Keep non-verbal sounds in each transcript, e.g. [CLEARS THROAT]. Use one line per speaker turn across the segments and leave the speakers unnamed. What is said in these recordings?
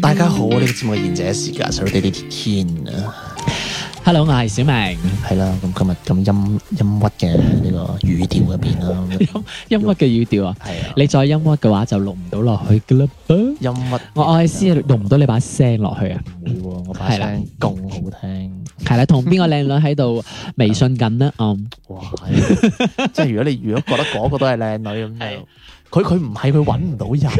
大家好，呢、個節目嘅賢者時間，手地地天啊，
Hello，我係小明。
係啦，咁今日咁陰陰鬱嘅呢個語調入邊啦，咁
音鬱嘅語調啊，
係啊，
你再音鬱嘅話就錄唔到落去噶啦 [LAUGHS] 噃。
陰鬱
我我係先錄唔到你把聲落去啊。
唔會喎，我把聲咁好聽，
係啦，同邊個靚女喺度微信緊呢？嗯，
哇！係
[LAUGHS]
啊即係如果你如果覺得嗰個都係靚女咁
係
就，佢佢唔係佢揾唔到人。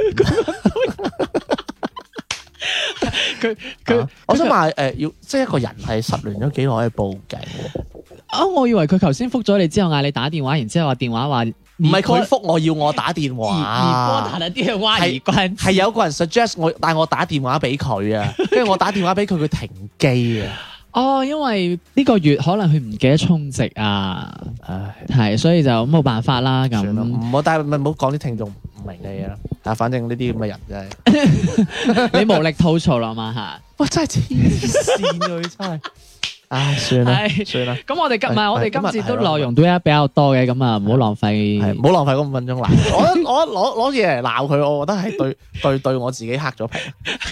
佢佢
啊我想話誒，要即係一個人係失戀咗幾耐可以報警喎？
啊，我以為佢頭先覆咗你之後嗌你打電話，然之後話電話話
唔係佢覆我要我打電
而波
話
彈。一啲係蛙兒
係
關
係有個人 suggest 我，但係我打電話俾佢 [LAUGHS] 啊，跟住我打電話俾佢，佢停機啊，
哦，因為呢個月可能佢唔記得充值啊，
唉。
係，所以就冇辦法啦咁。
算啦，唔好，但係咪唔好講啲聽眾唔明嘅嘢啦。啊，反正呢啲咁嘅人真係，
你無力吐槽啦嘛嚇。
哇，真係黐線啊！佢真係，唉，算啦，
係
算啦，
咁我哋今唔係
係
我
係
哋今
今
次
日
都
係咯啊
內容都比較多嘅，咁啊唔好浪
係唔
費。
好浪費嗰五分鐘 [LAUGHS] 鬧。我我攞攞嘢嚟鬧佢，我覺得係對 [LAUGHS] 對對我自己黑咗皮，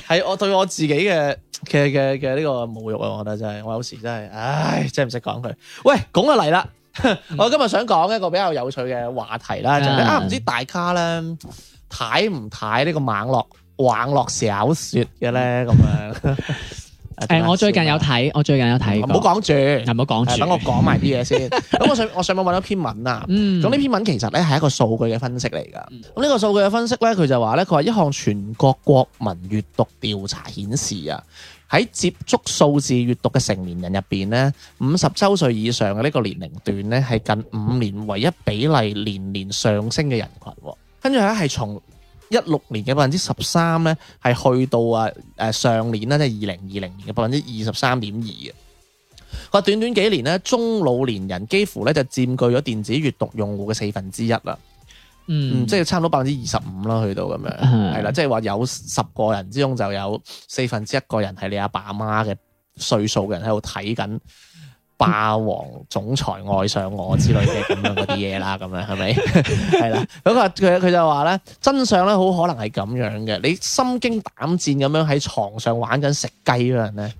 係我對我自己嘅嘅嘅嘅呢個侮辱啊！我覺得真係，我有時真係，唉，真係唔識講佢。喂，講就嚟啦。 [LAUGHS] 我今日想講一個比較有趣嘅話題啦，就係、
嗯
啊，唔知大家咧睇唔睇呢個網絡網絡小説嘅咧咁 [LAUGHS] 樣？
誒，我最近有睇，我最近有睇
啊唔
過。
好講住，
係，唔好講
係
住。
等我講埋啲嘢
[LAUGHS]
先。咁我上我上網揾咗篇文啊。
嗯，
咁呢篇文其實咧係一個數據嘅分析嚟㗎。咁呢
嗯
個數據嘅分析咧，佢就話咧，佢話一項全國國民閱讀調查顯示啊，喺接觸數字閱讀嘅成年人入邊咧，五十週歲以上嘅呢個年齡段咧，係近五年唯一比例年年上升嘅人群喎。跟住咧係從一六年嘅百分之十三咧，係去到啊誒、上年啦，即係二零二零年嘅百分之二十三點二嘅。佢話短短幾年咧，中老年人幾乎咧就佔據咗電子閱讀用戶嘅四分之一啦，嗯，
嗯，
即係差唔多百分之二十五啦，去到咁樣，
嗯
係啦，即係話有十個人之中就有四分之一個人係你阿爸阿媽嘅歲數嘅人喺度睇緊《霸王總裁愛上我》之類嘅咁樣嗰啲嘢啦，咁樣係
[LAUGHS]
咪？係啦，咁佢佢佢就話咧，真相咧好可能係咁樣嘅，你心驚膽戰咁樣喺床上玩緊食雞嗰陣咧，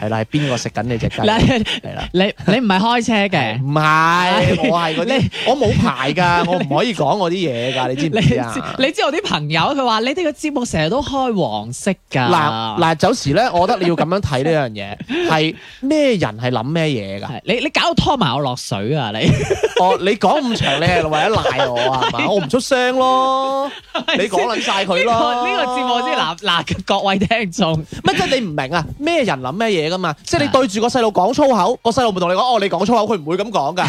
係啦，係邊個食緊你只雞？
你
係啦。
[LAUGHS] 你你唔係開車嘅。
[LAUGHS] 唔係，我係嗰啲，我冇牌
[LAUGHS]
㗎，我唔可以講我啲嘢㗎，你知
你
唔知啊？
你知我啲朋友佢話你哋個節目成日都開黃色㗎。啊
嗱嗱，有時咧，我覺得你要咁樣睇呢樣
[LAUGHS]
嘢，係咩人係諗咩嘢㗎？
係，你你搞到拖埋我落水啊！你
哦，你講咁長，你係為咗賴我啊？係
[LAUGHS]
嘛，我唔出聲咯，你講撚晒佢
呢
咯。
個呢個節目先嗱嗱，各位聽眾，
乜即係你唔明啊？咩人諗咩嘢噶嘛？即係你對住個細路講粗口，個細路咪同你講：哦，你講粗口，佢唔會咁講噶。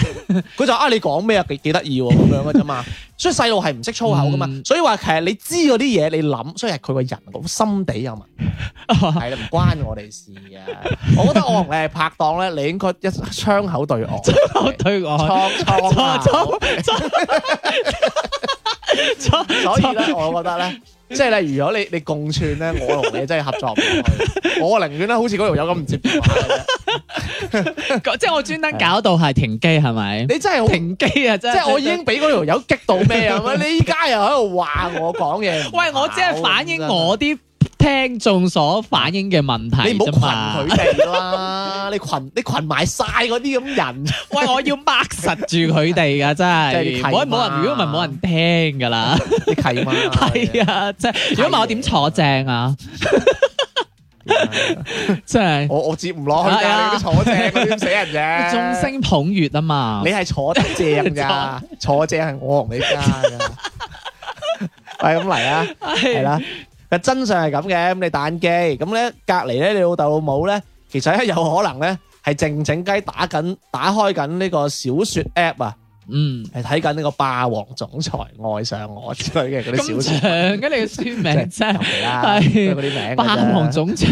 佢就啊，你講咩啊？幾幾得意喎咁樣噶啫嘛。所以細路係唔識粗口噶嘛。
嗯
所以話其實你知嗰啲嘢，你諗，所以係佢個人個心地有問題。係啦，唔關我哋事嘅。我覺得我同你係拍檔咧，你應該一窗口對我， [LAUGHS]
我對我
窗窗
錯
口。
錯錯
[LAUGHS]
錯，
所以咧，我覺得咧。即係咧，如果你你共存咧，我同你真係合作唔到。我寧願咧，好似嗰條友咁唔接
[LAUGHS]
電話嘅啫
即係我專登搞到係停機係咪？
你真係好
停機啊！真
即係我已經俾嗰條友激到咩啊？咁你依家又喺度話我講嘢唔好，啊
喂，我只係反映我啲聽眾所反映嘅問題
真係。你唔
啫
好
嘛
群佢。哋啦，你群你群埋晒嗰啲咁人，
喂，我要 mark 實住佢哋噶，真係
即係要
冇
契媽
冇人，如果唔係冇人聽噶
[LAUGHS]
啦。
你契嘛？
[LAUGHS] 係啊，即係如果唔係我點坐正啊？真係
[LAUGHS] 我我接唔落去
係啊
㗎，你都坐正，你點死人
[LAUGHS]
啫？
眾，星捧月啊嘛
你。係坐得
[LAUGHS]
正咋，坐正係我同你加㗎。係咁嚟啊！
係
係啦。但真相係咁嘅，咁你打機，咁咧隔離咧你老豆老母咧，其實咧有可能咧係靜靜雞打緊打開緊呢個小說 app 啊，
嗯，
係睇緊呢個《霸王總裁愛上我》之類嘅嗰啲
咁
小
長
說。
嘅你嘅書名
即係
真
求
係
其啦，都係
係
嗰啲名㗎啫。
霸王總長，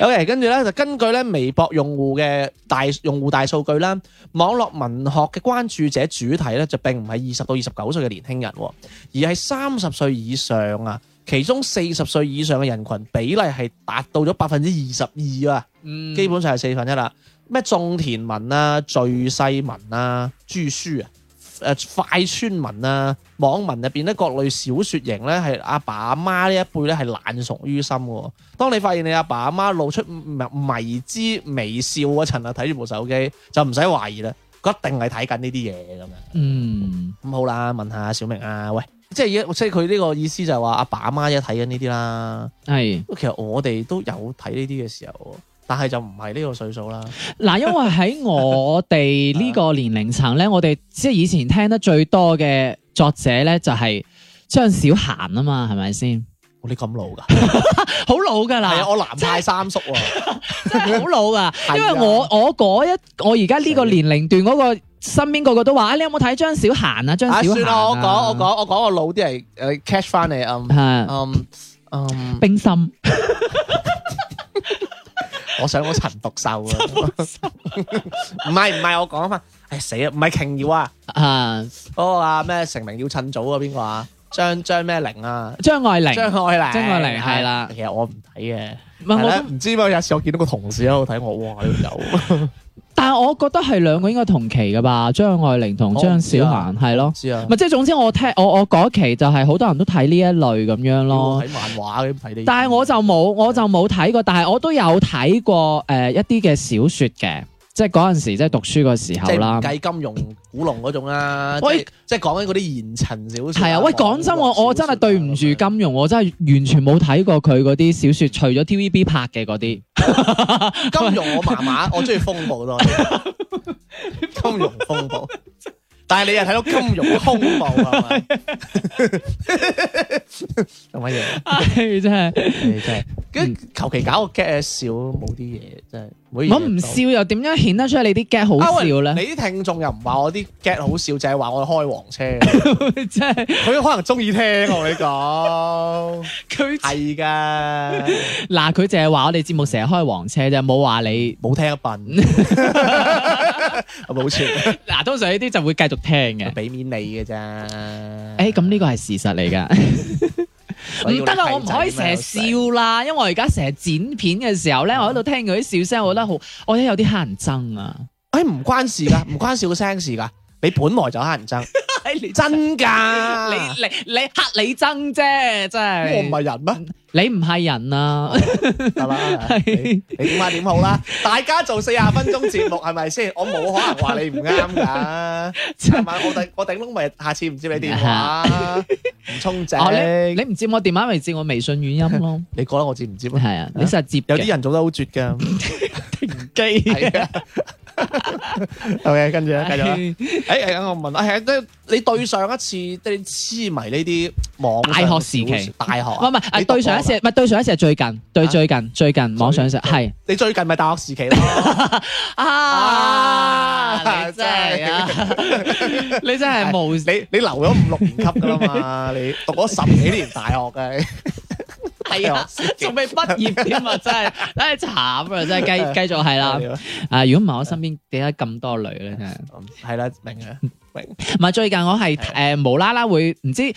OK，跟住咧就根據咧微博用戶嘅大用戶大數據啦，網絡文學嘅關注者主體咧就並唔係二十到二十九歲嘅年輕人喎，而係三十歲以上啊。其中四十歲以上嘅人群比例係達到咗百分之二十二啊，
嗯
基本上係四分一啦。咩種田文啊、敘世文啊、著書啊、誒、快村文啊、網民入邊咧各類小説型咧係阿爸阿媽呢一輩咧係爛熟於心嘅喎。當你發現你阿爸阿媽露出迷之微笑嗰陣啊，睇住部手機就唔使懷疑啦，佢一定係睇緊呢啲嘢咁樣。
嗯
咁好啦，問下小明啊，喂，即係而家即係佢呢個意思就係話阿爸阿媽而家睇緊呢啲啦。
係
其實我哋都有睇呢啲嘅時候，但係就唔係呢個歲數啦。
嗱，因為喺我哋呢個年齡層
[LAUGHS]
咧，我哋即係以前聽得最多嘅作者咧就係張小嫻啊嘛，係咪先？
我哋咁老㗎，
好老㗎
係啊，
啦，
我南派三叔喎，
真係好老㗎。
係啊
因為我我嗰一我而家呢個年齡段嗰個身邊個個都話啊，你有冇睇張小嫻啊？張小
啊，
嫻
算啦，我講
講
我講我講我老啲嚟誒 catch 翻你
[LAUGHS]
嗯
係
嗯嗯，
冰心
我想講陳獨秀啊， [LAUGHS] 唔係唔係，我講翻，唉死啊，唔係瓊瑤啊，
啊，
嗰個啊咩成名要趁早啊，邊個啊？張張咩玲啊？
張愛玲。
張愛玲，
張愛玲係啦
其實我唔睇嘅，
唔係
係
我
啦
都
唔知點解有時我見到個同事喺度睇我，哇呢
[LAUGHS]
條友，
但係我覺得係兩個應該同期嘅吧，張愛玲同張小嫻係咯
啊唔，知啊，
咪即係總之我聽我我嗰期就係好多人都睇呢一類咁樣咯
我。睇漫畫嘅睇你，
但係我就冇，我就冇睇過，但係我都有睇過诶、呃一啲嘅小说嘅，即係嗰陣時即係讀書嘅時
即
候
係唔
啦。
計金庸古龍嗰種啦，
喂
即係即係講緊嗰啲言情小説。
係啊，喂，講真，我我真係對唔住金
金，
庸，我真係完全冇睇過佢嗰啲小说，除咗 TVB 拍嘅嗰啲。
金庸我麻麻， [LAUGHS] 我中意風暴多啲。
[LAUGHS]
金庸風暴，但係你又睇到金庸空暴係咪？
[LAUGHS]
做乜嘢？
唉，真係嗯
你真係，跟住求其搞個 get 笑，冇啲嘢真係。冇嘢
我唔笑又點樣顯得出你啲 get 好
啊喂
笑咧？
你啲聽眾又唔話我啲 get 好笑，就係話我開黃車。 [LAUGHS]
即係
佢可能中意聽我你講，
佢
係㗎。
嗱，佢淨係話我哋節目成日開黃車啫， [LAUGHS] 冇話你
冇聽一笨， [LAUGHS] 冇錯，
嗱，通常呢啲就會繼續聽嘅。
俾面你嘅咋。
誒，咁呢個係事實嚟㗎。
我要
唔得啊！
你
我唔可以成日笑啦，因為我而家成日剪片嘅時候咧，我喺度聽佢啲笑聲，我覺得好，我覺得有啲乞人憎啊！
哎，唔關事噶，唔關笑聲事噶。你本來就乞
[LAUGHS]
人憎，真㗎。
你你你黑你憎啫，真係
我唔係人咩？
你唔係人啊！
係嘛？你
係
你點啊點好啦？大家做四十分鐘節目係咪先？我冇可能話你唔啱
[LAUGHS]
㗎。係咪？我頂我頂窿咪下次唔接你電話，唔充值。
哦，你你唔接我電話咪接我微信語音 [LAUGHS] 咯，
你覺得我接唔接啊？
係啊，你實接
有啲人做得好絕㗎。
人機
係啊。OK，跟住咧，繼
啊 [LAUGHS]
續啦。誒誒，我問啊，係啊，即係你對上一次即係你痴迷呢啲網上
大學時期
小說大學
唔係
啊
唔係，啊
你讀
對上一次，
過
唔係對上一次係最近，對
啊
最近最近網上上係
你最近咪大學時期咯，啊
啊！你真係 [LAUGHS] 啊，你真係無
你你留咗五六年級㗎啦嘛，你讀咗十幾年大學嘅，
係啊， [LAUGHS] 仲未畢業添啊！真 [LAUGHS] 係，唉慘啊！真係 [LAUGHS] 繼繼續係啦。
嗯
啊，如果唔係我身邊點解咁多女咧？真係
係啦，明嘅，明
唔係最近我係啊
係
誒無啦啦會唔知因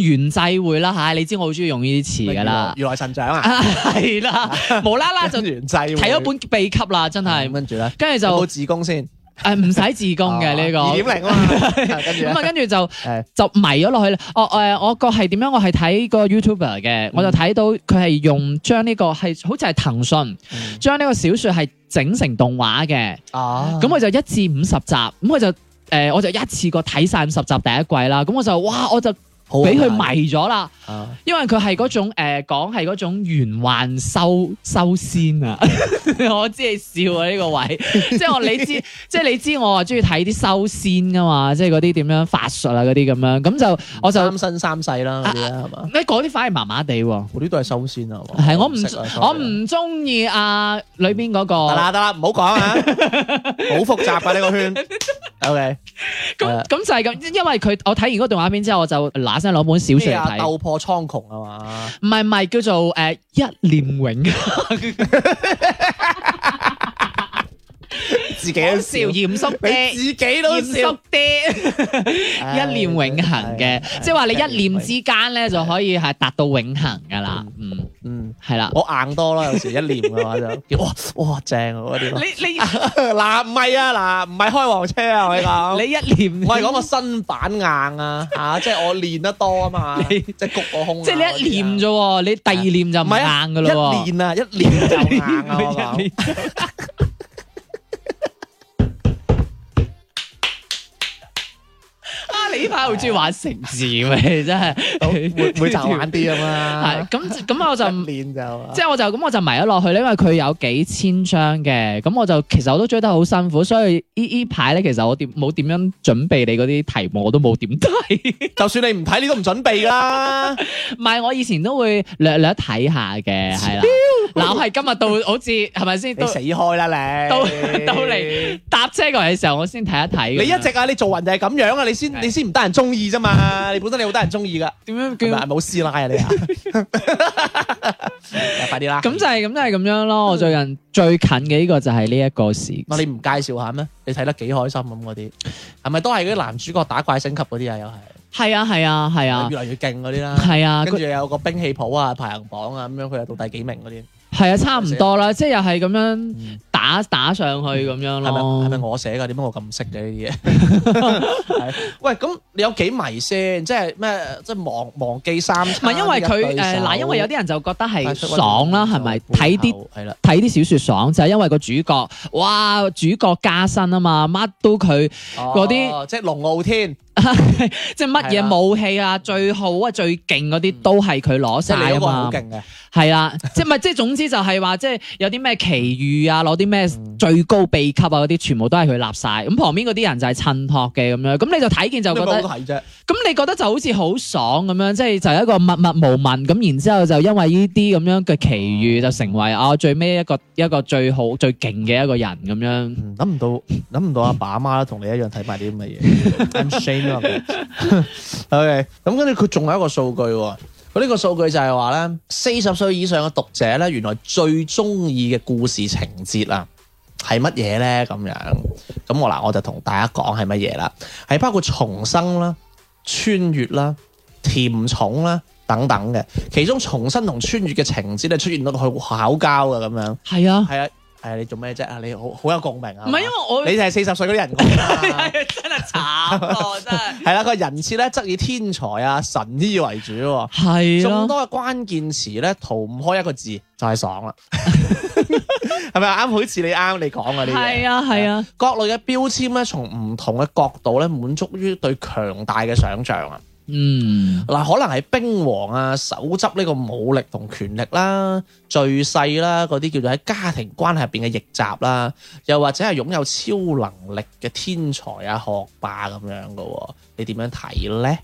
緣際會啦嚇，你知我好中意用呢啲詞㗎啦，
如來神掌啊，
啊 [LAUGHS] 係啦，無啦啦就
[LAUGHS]
睇
原制睇
咗本秘笈啦，真
嗯
係，
跟住咧
跟住
有冇
就
自宮先，
誒唔使自供
Ờ, [LAUGHS]
嘅呢
二點
個。
零啊嘛，啊跟住
咁啊，
咧
跟住就
[LAUGHS] 係
就迷咗落去啦。我誒，我個係點樣？我係睇個 YouTuber 嘅，
嗯
我就睇到佢係用將呢個係好似係騰訊
嗯
將呢個小説係整成動畫嘅。
啊
咁我就一至五十集，咁我就誒、呃我就一次過睇晒五十集第一季啦。咁我就哇，我就
好
俾佢迷咗啦。
啊
因為佢係嗰種誒講係嗰種玄幻修修仙啊！ [LAUGHS] 我知你笑啊呢、個
[LAUGHS]
位，即係我你知，即係你知我啊中意睇啲修仙噶嘛，即係嗰啲點樣法術啊嗰啲咁樣，咁
嗯
就我就
三生三世啦嗰啲啦，係嘛？
咧嗰啲反而麻麻地喎。
嗰啲都係修仙啊，
係我唔
哦識啊
我
sorry
唔中意啊裏邊嗰
得
個，
啦得啦，唔好
[LAUGHS]
講啊，好複雜噶呢個圈。O K，呃
咁咁就係咁，因為佢我睇完嗰個動畫片之後，我就嗱聲攞本小説嚟
咩啊？
睇，
鬥破蒼穹啊嘛，
唔係唔係叫做誒、呃一念永
自己
講 [LAUGHS]
都
笑
笑，
嚴肅
你
啲，
自己都
嚴
笑
肅，啲。
唉
一念永恒
哎
嘅，即係話你一念之間咧就可以係達到永恒噶啦，嗯，
嗯。
係啦。
我硬多啦，有時一念嘅話就，哇哇正啊嗰啲咯。
你你
[LAUGHS] 嗱唔係啊，嗱唔係開黃車啊，我哋講。
[LAUGHS] 你一念，
我係講個身板硬啊，嚇，即係我練得多啊嘛，
你
即係谷個胸啊。
即係你一念
咗，
啫喎，你第二念就唔
係啊
硬噶咯
一練啊，一練就硬啊，
[LAUGHS]
我
喎。
講。 [LAUGHS]
啊！你呢排好中意玩城市咩？真係
會會
[LAUGHS]
賺玩啲
係
啊嘛。
咁咁，我就唔
一練就啊
即係我就咁我就迷咗落去啦，因為佢有幾千張嘅，咁我就其實我都追得好辛苦，所以依依排咧，其實我點冇點樣準備你嗰啲題目，我都冇點
[LAUGHS]
睇。
就算你唔睇，你都唔準
[LAUGHS]
備啦。
唔係，我以前都會略略睇下嘅，係啦。嗱，我係今日到，好似係咪先？
你
到
死開啦你！
到到嚟搭車過嚟嘅時候，我先睇一睇。
你一直啊，你做人就係咁樣啊，你先
係
你先唔得人中意啫嘛。你本身你好得人中意噶，
點樣
係咪
叫？
冇師奶啊你 [LAUGHS] 啊！快啲啦！
咁就係咁，就係咁樣咯。我最近最近嘅呢個就係呢一個事。
嗱，嗯哦你唔介紹下咩？你睇得幾開心咁嗰啲，係咪都係嗰啲男主角打怪升級嗰啲啊？又係
係啊，係啊，係啊，
越嚟越勁嗰啲啦。
係啊，
跟住有個兵器譜啊、排行榜啊咁樣，佢又到第幾名嗰啲，
係啊，差唔多啦，即係又係咁樣
嗯
打打上去咁樣
係咪係咪
咯。
我寫㗎？點解我咁識嘅呢
[LAUGHS]
啲嘢？係喂，咁你有幾迷先？即係咩？即係忘忘記三唔
唔係因為佢
啊
誒嗱，因為有啲人就覺得係爽啦，係咪睇啲
係啦，
睇啲小説爽就係因為個主角，哇！主角加薪啊嘛，乜都佢 [LAUGHS]
嗰
啲
哦即係龍傲天，
即係乜嘢武器啊，最好啊，最勁嗰啲都係佢攞
嗯即係你
晒
嗰
啊
個好
嘛，
勁嘅，
係啦，即係咪即係總之就係話即係有啲咩奇遇啊，攞啲咩
嗯
最高秘笈啊嗰啲，全部都係佢立晒。咁旁邊嗰啲人就係襯托嘅咁樣，咁你就睇見就
有
覺
冇好
得，
睇啫？
咁你覺得就好似好爽咁樣，即係就係一個默默無聞咁，然之後就因為呢啲咁樣嘅奇遇，就成為啊最尾一個一個最好最勁嘅一個人咁樣。
嗯諗唔到， [LAUGHS] 諗唔到阿爸阿媽都同你一樣睇埋啲咁嘅嘢，I'm shame 啊佢 [LAUGHS] ！OK，咁跟住佢仲有一個數據喎，佢呢個數據就係話咧，四十歲以上嘅讀者咧，原來最中意嘅故事情節啊，係乜嘢咧？咁樣，咁我嗱我就同大家講係乜嘢啦，係包括重生啦、穿越啦、甜寵啦。等等嘅，其中重生同穿越嘅情節咧出現到去考交嘅咁樣，
係啊，
係啊，係啊你做咩啫？啊，你好好有共鳴啊！
唔係因為我
你就係四十歲嗰啲人講啦。
真 [LAUGHS] 係慘喎，真係。
[LAUGHS] 係啦，個人設咧則以天才啊、神醫為主喎。
係
眾
咯，
多嘅關鍵詞咧，逃唔開一個字就係爽啦， [LAUGHS] 係咪啊？啱好似你啱你講嗰啲嘢
係。啊，係啊，
各類嘅標籤咧，從唔同嘅角度咧，滿足於對強大嘅想像啊！
嗯，
嗱，可能係兵王啊，手執呢個武力同權力啦，最細啦，嗰啲叫做喺家庭關係入邊嘅逆襲啦，又或者係擁有超能力嘅天才啊、學霸咁樣嘅喎，你點樣睇咧？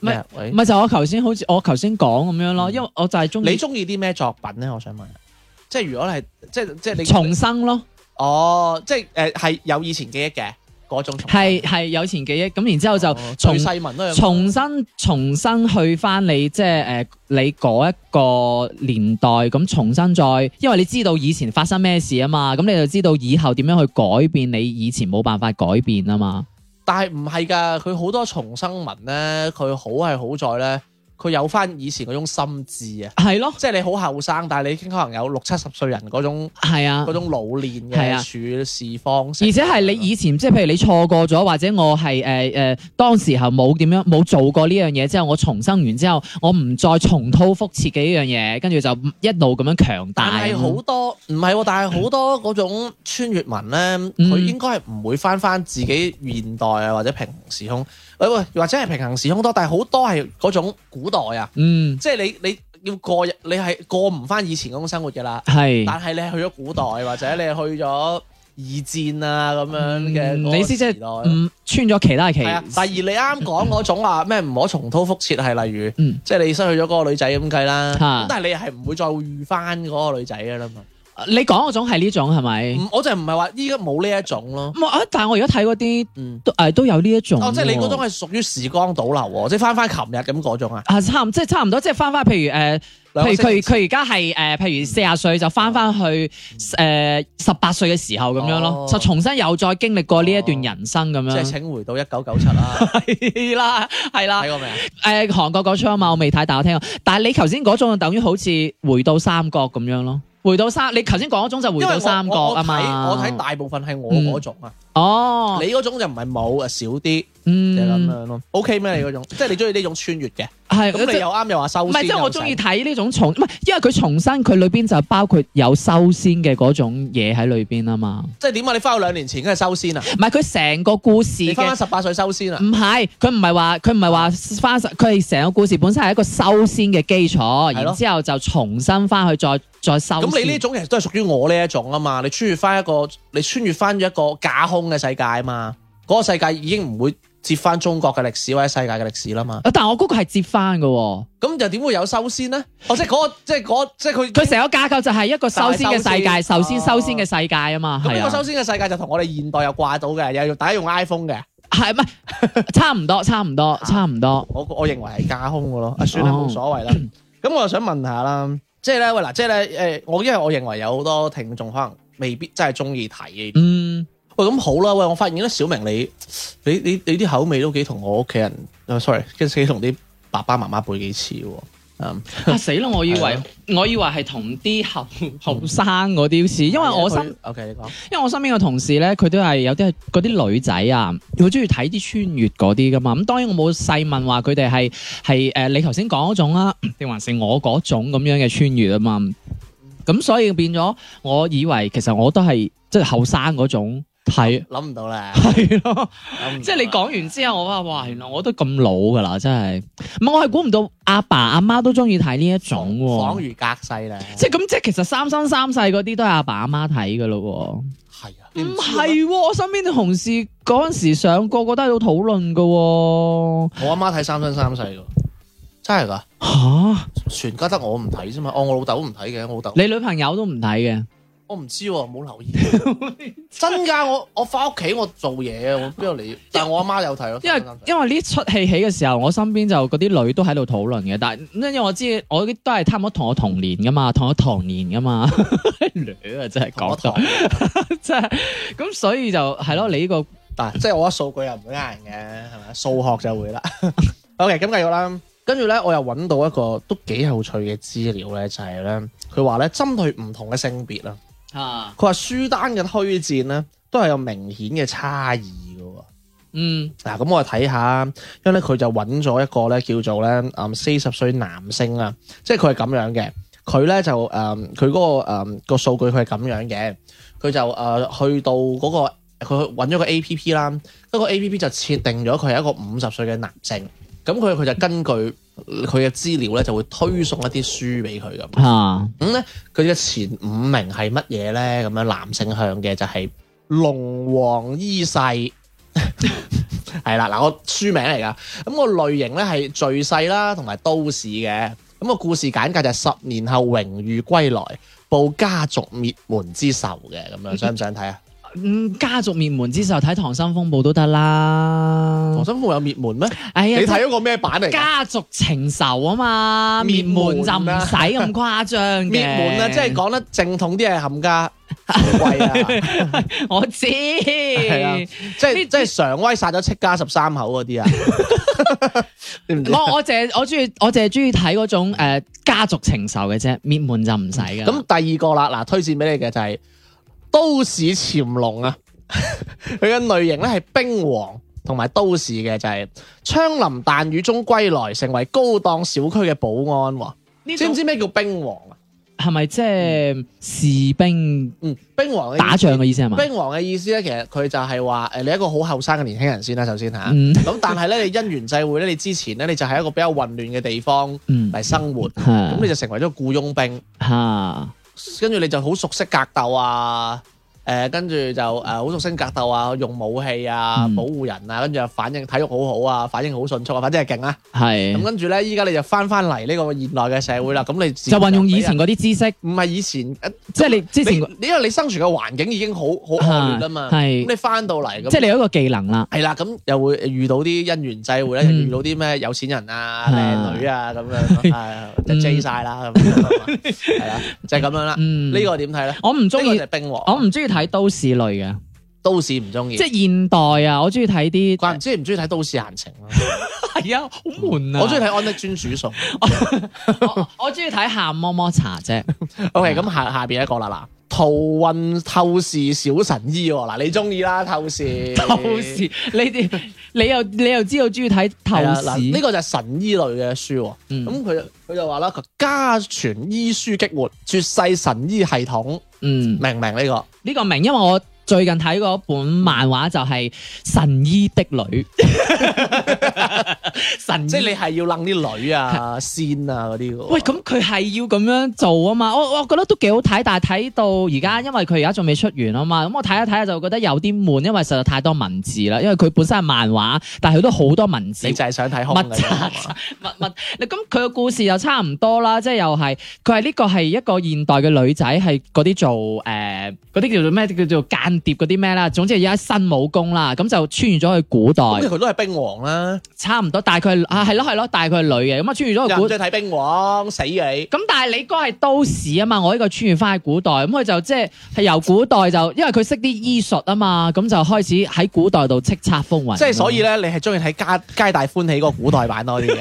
唔係
咩喂，
咪就我頭先好似我頭先講咁樣咯，因為我就係中
你
嗯意
中意啲咩作品咧？我想問，啊即係如果係即係即係你
重生咯，
哦，即係誒係有以前記憶嘅嗰種重生，
係係有前記憶，咁然之後就
哦
重
最細文都有
重新重新去翻你即係誒你嗰一個年代，咁重新再，因為你知道以前發生咩事啊嘛，咁你就知道以後點樣去改變你以前冇辦法改變啊嘛，
但係唔係㗎，佢好多重生文咧，佢好係好在咧，佢有翻以前嗰種心智啊，
係咯，
即係你好後生，但係你已經可能有六七十歲人嗰種
係啊
嗰。種老練
係啊
嘅處事方式，
而且係你以前，即係譬如你錯過咗，或者我係誒誒當時候冇點樣冇做過呢樣嘢之後，我重生完之後，我唔再重蹈覆轍嘅呢樣嘢，跟住就一路咁樣強大。
但係好多唔係喎，但係好多嗰種穿越文咧，
嗯
佢應該係唔會翻翻自己現代啊，或者平行時空，喂喂，或者係平行時空多，但係好多係嗰種古代啊，
嗯，
即係你你要過日，你係過唔翻以前嗰種生活嘅啦，
係。
但係你係去咗古代或者你係去咗二戰啊咁樣嘅嗰
嗯
個時代咯，
你意思即係唔穿咗其他嘅
係啊，第二
期，
你啱講嗰種話咩唔可重蹈覆轍係例如，
嗯
即係你失去咗嗰個女仔咁計啦，
嚇
咁但係你係唔會再遇翻嗰個女仔嘅啦嘛。
你講嗰種係呢種係咪？
唔我就唔係話依家冇呢一種咯。
唔啊！但係我而家睇嗰啲
嗯，
都誒都有呢一種喎。
哦，即係你嗰種係屬於時光倒流喎，即係翻翻琴日咁嗰種啊。
啊，差唔即係差唔多，即係翻翻，譬如誒，譬
兩個
如
星期
佢佢而家係誒，譬如四廿歲就翻翻去誒十八歲嘅時候咁樣咯
嗯哦，
就重新又再經歷過呢一段人生咁
即係
樣。
請回到一九九七
[LAUGHS]
啦，
係啦，係啦
睇，過未啊？
誒韓國嗰出啊嘛，我未睇，但我聽過。但係你頭先嗰種就等於好似回到三國咁樣咯，回到三，你頭先講嗰種就回
因為
到
我
三
我
國
我
啊
睇
嘛。嗯
我睇大部分係我嗰種啊，
哦，
你嗰種就唔係冇啊，少啲就
嗯，
係咁樣咯。OK 咩？你嗰種，即係你中意呢種穿越嘅，
係
咁
即
你又啱又話啊修
唔係，即
係
係我中意睇呢種重，唔係因為佢重生，佢裏邊就包括有修仙嘅嗰種嘢喺裏邊啊嘛。
即係點啊？你翻去兩年前梗係修仙啊？
唔係嗯佢成個故事
你翻翻
嘅，
十八歲修仙啊？
唔係佢唔係話佢唔係話翻，佢係成個故事本身係一個修仙嘅基礎，
係咯
然之後就重新翻去再再修仙。
咁你呢種其實都係屬於我呢一種啊嘛，你穿越翻一個，你穿越翻一個架空嘅世界啊嘛，嗰、個世界已經唔會接翻中國嘅歷史或者世界嘅歷史啦嘛，
啊，但我嗰個係接翻嘅喎，
咁又點會有修仙呢？哦，即係嗰、個，即係嗰、即係佢
佢成個架構就係一個修仙嘅世界，
修
首
仙
先修仙嘅世界啊嘛，
哦咁
係
呢個修
啊，
仙嘅世界就同我哋現代又掛到嘅，又用大家用 iPhone 嘅，
係咪差唔多，差唔多，
啊
差唔多，
我我認為係架空嘅咯，啊算啦
哦
冇所
[CLEARS THROAT]
謂啦。咁我又想問下啦，即係咧喂嗱，即係咧誒，我因為我認為有好多聽眾可能未必真係中意睇呢啲
嗯，
喂，咁好啦，喂，我發現咧，小明你你你你啲口味都幾同我屋企人啊，sorry，跟住幾同啲爸爸媽媽輩幾似喎。嗯， [LAUGHS]
啊死啦！我以
係
為
啊
我以為係同啲
[LAUGHS]
後後生嗰啲事，因為我身
啊佢，OK，你講，
因為我身邊嘅同事咧，佢都係有啲係嗰啲女仔啊，佢中意睇啲穿越嗰啲噶嘛。咁當然我冇細問話佢哋係係誒你頭先講嗰種啦， [CLEARS THROAT] 定還是我嗰種咁樣嘅穿越啊嘛。咁所以變咗，我以為其實我都係即係後生嗰種睇。
諗唔
[LAUGHS]
到啦，
係咯，
諗唔到啦
即係你講完之後，我話哇，原來我都咁老噶啦，真係，唔係我係估唔到阿爸阿媽都中意睇呢一種
恍
喎，
如隔世啦，
即係咁，即係其實三生三世嗰啲都係阿爸阿媽睇噶咯喎。
係啊，你
唔
知嘅咩，
係喎，我身邊啲同事嗰陣時上，個個都喺度討論噶喎。
我阿媽睇三生三世㗎，真係㗎，
吓，
全家得我唔睇啫嘛，哦，我老豆唔睇嘅，我老豆，
你女朋友都唔睇嘅，
我唔知喎，冇
[LAUGHS]
留意，真㗎，我我翻屋企我做嘢，啊我邊度理，但係我阿媽有睇咯，
因為
三生三世
因為呢出戲起嘅時候，我身邊就嗰啲女都喺度討論嘅，但係因為我知我啲都係差唔多同我同年噶嘛，同我同年噶嘛， [LAUGHS] 女啊真係
同嗯我
講到
堂
真係，咁所以就係咯，你呢個
但即係我覺得數據又唔會呃人嘅，係咪？數學就會啦。OK，咁繼續啦。跟住咧，我又揾到一個都幾有趣嘅資料咧，就係咧，佢話咧針對唔同嘅性別啦，
啊，
佢話書單嘅推薦咧都係有明顯嘅差異嘅喎。
嗯
嗱，咁我睇下，因為咧佢就揾咗一個咧叫做咧，嗯，四十歲男性啊，即係佢係咁樣嘅，佢咧就誒，嗯佢嗰、個誒、嗯、個數據佢係咁樣嘅，佢就誒、呃去到嗰、個佢揾咗個 A P P 啦，嗰個 A P P 就設定咗佢係一個五十歲嘅男性，咁佢佢就根據佢嘅資料咧就會推送一啲書俾佢咁。
啊，
咁咧，佢嘅前五名係乜嘢咧？咁樣男性向嘅就係龍王醫世， [LAUGHS] 係啦。嗱，我書名嚟噶。咁、個類型咧係敘世啦，同埋都市嘅。咁、個故事簡介就係十年後榮譽歸來，報家族滅門之仇嘅咁 [LAUGHS] 樣，想唔想睇啊？
嗯，家族滅門之時候睇《溏心風暴》都得啦
黃，心鳳有滅門咩？
哎
[LAUGHS] 你
呀，
睇嗰個咩版嚟㗎？
家族情仇啊嘛，
滅
滅門
門
就
啊
唔使咁誇張嘅。
滅門 [LAUGHS] 啊，即係講得正統啲係冚家貴啊，
[LAUGHS] 我知，
係啊，即係即係常威殺咗戚家十三口嗰啲啊。 [LAUGHS] 知唔知？
我我淨係我中意我淨係中意睇嗰種誒家族情仇嘅啫，滅門就唔使嘅。
咁第二個啦，嗱，推薦俾你嘅就係都市潛龍啊， [LAUGHS] 佢嘅類型咧係冰皇同埋都市嘅，就係槍林彈雨中歸來，成為高檔小區嘅保安喎。
呢
知唔嗯
種
知咩叫冰皇啊？
係咪即係士兵
嗯，冰皇嘅意思
打仗嘅意思係嘛？
冰皇嘅意思咧，其實佢就係話呃誒，你一個好後生嘅年輕人先啦，首先嚇。咁、
嗯
但係咧，你因緣際會咧，你之前咧，你就喺一個比較混亂嘅地方
嗯，
嚟生活，啊咁、
嚇
你就成為咗僱傭兵。
嚇
跟住你就好熟悉格鬥啊，誒、跟住就誒好、熟悉格鬥啊，用武器啊，
嗯
保護人啊，跟住又反應體育好好啊，反應好迅速啊，反正係勁啦。咁
係
跟住咧，依家你就翻翻嚟呢個現代嘅社會啦，咁你自
就運用以
俾
前
人，
嗰啲知識，
唔係以前，呃
即係你之前
你因為你生存嘅環境已經好好惡劣啊嘛，
係
咁你翻到嚟咁。
即係你有一個技能啦。
係啦，咁又會遇到啲姻緣際會咧，
嗯
又遇到啲咩有錢人啊、
啊
靚女啊咁樣，
[LAUGHS]
係即係 J 晒啦，咁樣啊嘛係啦，就係咁樣啦。
嗯，
呢個點睇咧？
我唔中
呢個
意
啊就，係啊冰王。
我唔中意睇都市類嘅，
都市唔中意，
即係現代啊，我中意睇啲
怪唔知唔中意睇都市閒情咯。
[LAUGHS] 係啊，好悶
我中意
意
睇安德尊煮
啊
餸。
睇，我中意睇鹹摸摸茶啫。
OK，咁下下邊一個啦嗱，陶運透視小神醫喎，嗱你中意啦透
[LAUGHS]
視
[LAUGHS] 透視，你哋你又你又知道中意睇透
係啦啊
視
嗱呢個就係神醫類嘅書喎。
嗯
咁佢佢就話啦，佢家傳醫書激活絕世神醫系統，
嗯，
明唔明呢個？
呢個明，因為我最近睇過一本漫畫就係《神醫的
[LAUGHS]
女》，神醫
即係你係要掕啲
[LAUGHS]
女啊、仙啊嗰啲喎。
喂，咁佢係要咁樣做啊嘛，我我覺得都幾好睇，但係睇到而家，因為佢而家仲未出完啊嘛，咁我睇一睇下就覺得有啲悶，因為實在太多文字啦，因為佢本身係漫畫，但係佢都好多文字
你。就係想睇空
密
嘅
集
啫係嘛
密密，你咁佢嘅故事又差唔多啦，即係又係佢係呢個係一個現代嘅女仔，係嗰啲做誒嗰啲叫做咩叫做間諜嗰啲咩啦，總之係而家新武功啦，咁就穿越咗去古代，
咁佢都係冰王啦，
差唔多，但係佢係啊係咯係咯，但係佢係女嘅，咁啊穿越咗去
又
古
唔中意睇冰王，死你！
咁但係你哥係都市啊嘛，我呢個穿越翻去古代，咁啊佢就即係係由古代就，因為佢識啲醫術啊嘛，咁就開始喺古代度叱咤風雲。
即係
[LAUGHS]
所以，咧，你係中意睇皆皆大歡喜嗰個古代版多啲嘅，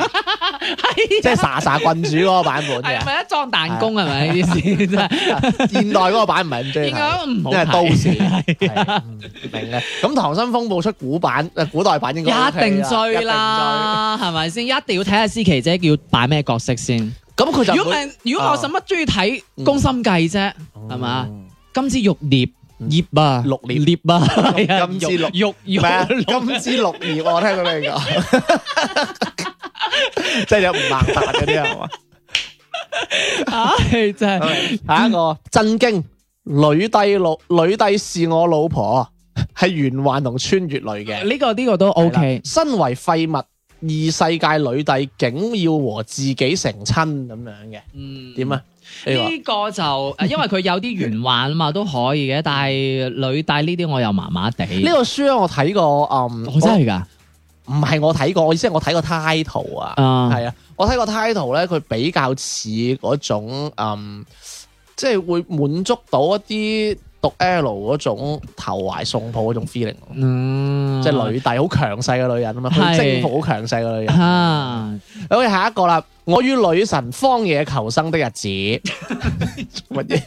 即係傻傻郡主嗰個版本
啊係啊
嘅，
咪一裝彈弓係咪呢啲事真係
現代嗰個版唔係咁中意
應該
睇，
唔好
因為都市
睇。
[LAUGHS] 係嗯明嘅。咁《溏心風暴》出古版，誒古代版應該 OK
一
啦
定追。啦，係咪先？一定要睇下思琪姐叫扮咩角色先。
一定追咁佢就
如果唔
會
係，如果我
啊
使乜中意睇《宮心計》啫，係嘛？金枝玉葉
嗯
葉啊，
綠葉
葉
[LAUGHS]
啊，係啊
金枝綠
玉玉
咩 [LAUGHS] 啊？
玉
金枝綠葉，我聽到你講，即係有吳孟達嗰啲係嘛？
[LAUGHS] 唉，真
啊
係。
下一個震驚女帝老女帝是我老婆，係玄幻同穿越類嘅。
呢個呢個都 OK，
身為廢物，異世界女帝竟要和自己成親咁樣嘅，
嗯
點？啊？你話
呢個就誒因為佢有啲玄幻啊嘛，都可以嘅。但係女帝呢啲我又麻麻地。
呢個書咧，我睇過，嗯，
我真係㗎，
我唔係我睇過，我意思係我睇過 title 啊，
啊
係啊，我睇過 title 咧，佢比較似嗰種，嗯，即係會滿足到一啲讀 L 嗰種投懷送抱嗰種 feeling，
嗯
即係女帝好強勢嘅女人啊嘛，佢
係
征服好強勢嘅
[LAUGHS]
女人。
啊，
好，下一個啦，我與女神荒野求生的日
[LAUGHS]
子，乜嘢？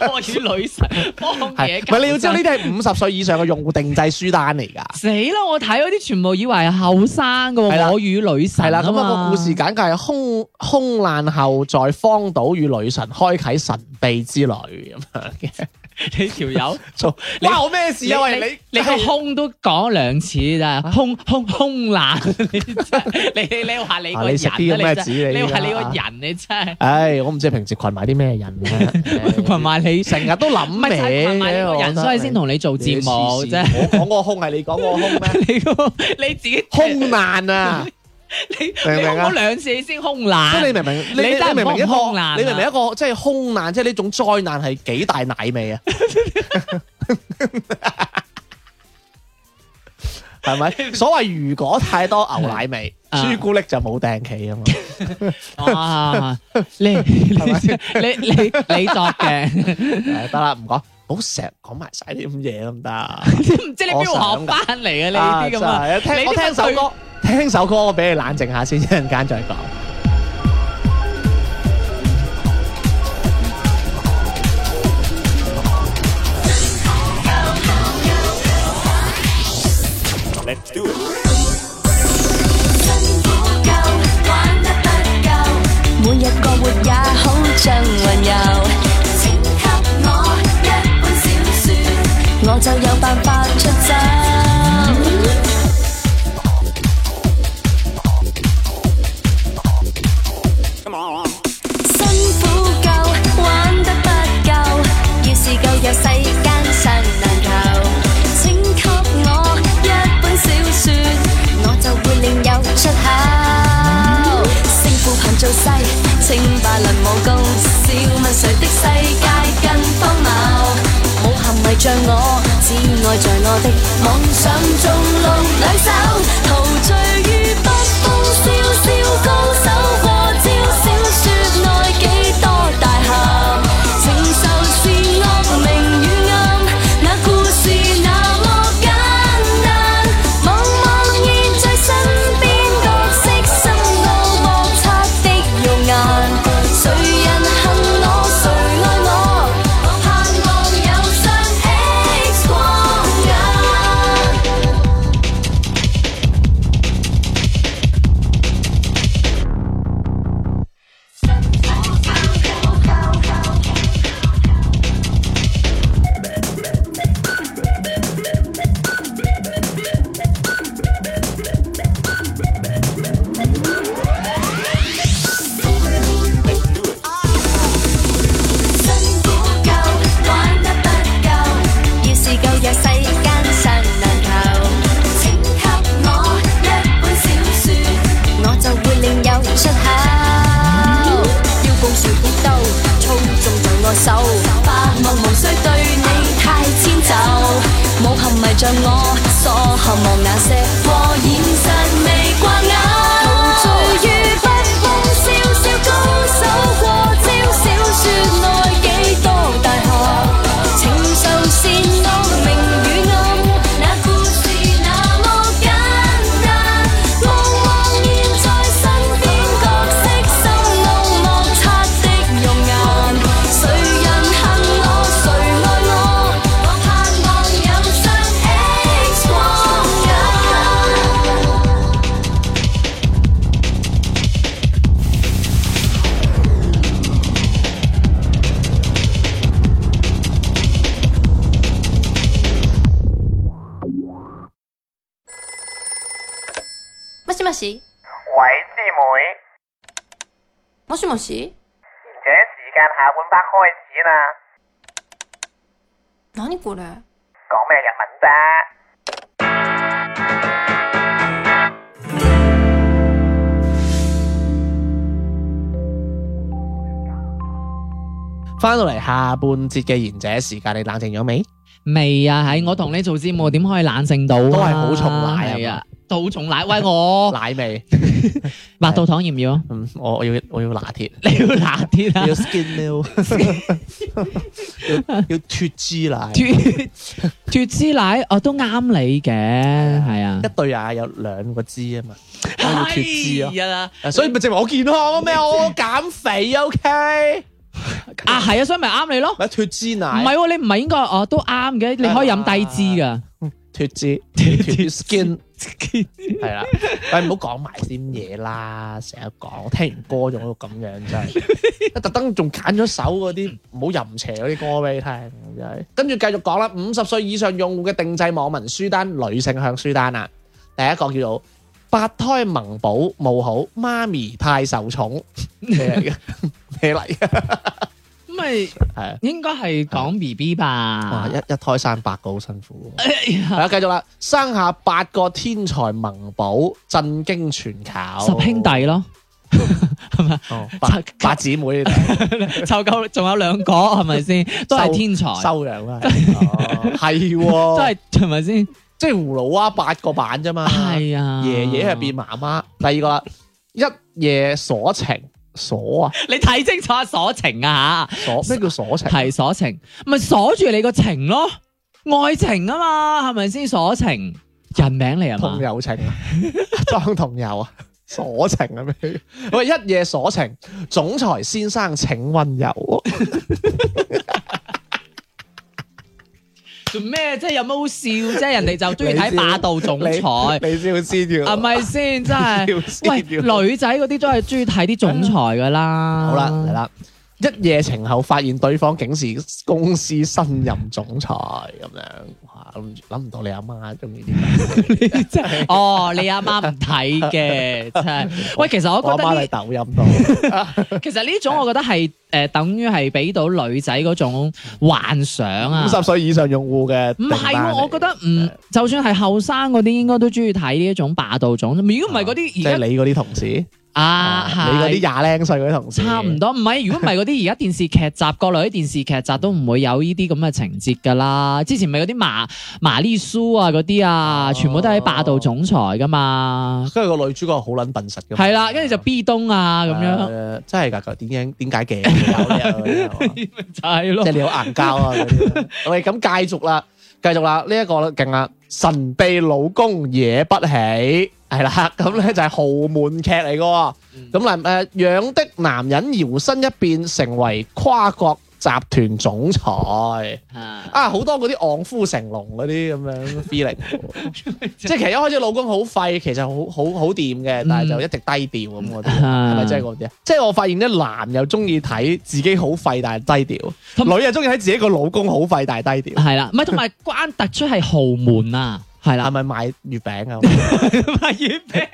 我與女神荒
係，
野
唔係你要知道呢啲係五十歲以上嘅用戶定制書單嚟㗎。
死啦！我睇嗰啲全部以為係後生嘅
係啦
喎，我與女神
係啦，咁
嘛
啊個故
[LAUGHS]
事簡介係空空難後在荒島與女神開啟神秘之旅咁樣嘅。
你條
[LAUGHS]
友，
做
你
哇我咩事啊？喂你啊
你個胸都講兩次咋，胸胸胸難， [LAUGHS] 你真係你你你話你個
啊你食啲
人
咁嘅
啊真
紙
係
你
你話
依
你個
家
人你真係。
唉，我唔知平時群埋啲咩人啊
群埋你
成日都諗
唔係就係群埋
歪
你
嘅，
個
我覺
人，
得
所以先同你做節目啫。。
你我講個空係你講個空咩？
你個你自己
空難啊！
你你
明唔明啊
空兩次先空
[LAUGHS] 即係你
難，
明唔明？你
你
你
真係
明唔明一
空難
個？
啊
你明唔明一個即係空難，即係呢種災難係幾大奶味啊？係咪？所謂如果太多牛奶味，
啊
朱古力就冇訂企啊嘛。
Ờ, 哇！你你你你你作嘅，
誒得啦，唔講，唔好成日講埋晒啲咁嘢得唔得啊？À,
唔知你邊度學翻嚟嘅呢啲咁啊？
真係聽
你呢
我
個
聽首歌，聽首歌，我俾你冷靜下先，一陣間再講。
每日過活也好像雲遊，請給我一本小説，我就有辦法出走。辛苦夠，玩得不夠，要是夠有世間實難求。請給我一本小説，我就會另有出口。勝負憑造勢，稱霸論武功，笑問誰的世界更荒謬？武俠迷像我，只愛在我的妄想中露兩手，陶醉於北風笑笑高手過招，小説內幾多大俠，情仇是惡明與暗，那故事那麼簡單，茫茫現在身邊角色，深奧莫測的容顏，誰人恨我，誰愛我，我盼望有雙 X 光眼。辛苦夠，玩得不夠，要是夠有世間實難求。請給我一本小説，我就會另有出口。要報誰古道，操縱在我手，白目無需對你太遷就。武俠迷像我，所渴望那些和現實未掛鈎。陶醉於北風笑笑高手過招，小説內幾多大學，情仇是惡明與暗，那故事那麼簡單。望望現在身邊角色，深奧莫測的容顏，誰人恨我，誰愛我，我盼望有雙 X 光眼。
もしもし
喂，師妹，
もしもし
而且時間下半 part 開始啦，
何これ
講咩日文啫？
翻到嚟下半節嘅賢者時間，你冷靜咗未？
未啊，喺我同你做節目，點可以冷靜到啊
都係好重奶啊
係啊，好重奶，喂我
奶味，
白到糖要唔要啊？
嗯，我我要我要拿鐵，
你要辣啲啊
[LAUGHS] 要！skin milk，要要脱脂奶，
脱脱脂奶哦，都啱你嘅，係啊
一，對啊有兩個脂啊嘛，我要脱脂啊。
係啊，
所以咪證明我健康啊咩？我減肥啊 OK，
啊係啊，所以咪啱你咯。
咪脱脂
唔係
奶，
喎，你唔係應該哦，都啱嘅，你可以飲低脂㗎。
脱脂 [LAUGHS] 脱 skin 係啦。喂，唔好講埋啲嘢啦，成日講，聽完歌仲喺度咁樣真
[LAUGHS]
係，特登仲揀咗首嗰啲唔好淫邪嗰啲歌俾你聽，真係。跟住繼續講啦，五十歲以上用戶嘅定制網民書單，女性向書單啊，第一個叫做。八胎萌寶冇好，媽咪太受寵，咩
[LAUGHS]
嚟嘅？咩嚟嘅？
咁咪
係啊。
應該係講 B B
哇！
吧
一？一胎生八個好辛
[LAUGHS]
苦喎。
Dạ.
係啦，繼續啦，生下八個天才萌寶，震驚全球。
十兄弟咯， [LAUGHS]
哦，八八姊妹
湊夠仲有兩個係咪先？
[LAUGHS]
都係天才，
收養啦，哦 [LAUGHS] 係喎，
都
即係
係係咪先？
即係葫蘆娃八個版啫嘛。
係啊，
爺爺係變媽媽。第二個啦，一夜鎖情，鎖啊
你睇清楚鎖情啊
鎖，咩叫鎖情
吓，？係鎖情，咪鎖住你個情咯，愛情啊嘛，係咪先鎖情？人名嚟啊
同
嘛？
友情啊， [LAUGHS] 裝同友啊，所情啊咩？喂，一夜所情，總裁先生請温柔。
做咩啫？有乜好笑
[LAUGHS]
啫？人哋就中意睇
你知
霸道總裁。啊
你先知要
係咪先？真
要
係，
[LAUGHS] 笑
喂，女仔嗰啲都係中意睇啲總裁噶啦。
好啦，嚟，啦。一夜情後發現對方竟是公司新任總裁咁樣，哇！諗住諗唔到你阿媽中意啲咩，
你真係 [LAUGHS] 哦，你阿媽唔睇嘅，真係。喂，其實我
我阿
覺得
媽
呢
喺抖音度，
其實呢種我覺得係誒、呃等於係俾到女仔嗰種幻想啊。
五十歲以上用戶嘅
唔
訂單嚟。
係喎，我覺得唔，就算係後生嗰啲，應該都中意睇呢一種霸道種。如果唔係嗰
啊即
啲
係
而家
你嗰啲同事，
啊，
你嗰
係
啲廿零歲嗰啲同事，
差唔多。唔係，如果唔係嗰啲而家電視劇集，國內啲電視劇集都唔會有呢啲咁嘅情節㗎啦。之前咪嗰啲麻麻利蘇啊嗰啲啊，
哦
全部都係霸道總裁㗎嘛。
跟住個女主角好撚笨實嘅，
係啦，跟住就 B 東啊咁樣，
誒，呃真係㗎個點樣點解
[LAUGHS]
嘅？有呢有呢有呢
就係咯
即係。你好硬膠啊！嗰啲喂，咁繼續啦，繼續啦，呢、一個勁啦，神秘老公惹不起，係啦，咁咧就係豪門劇嚟嘅喎。咁嗱誒，樣的男人搖身一變成為跨國集團總裁
啊
啊，好多嗰啲昂夫成龍嗰啲咁樣 feeling，即係其實一開始老公好廢，其實好好好掂嘅，
嗯
但係就一直低調咁嗰啲。係咪真係嗰啲啊？即係我發現咧，男又中意睇自己好廢但係低
同
調，女又中意睇自己個老公好廢但係低調。
係啦，唔係同埋關突出係豪門啊，係
係
啦，
咪賣月餅啊？
賣月餅，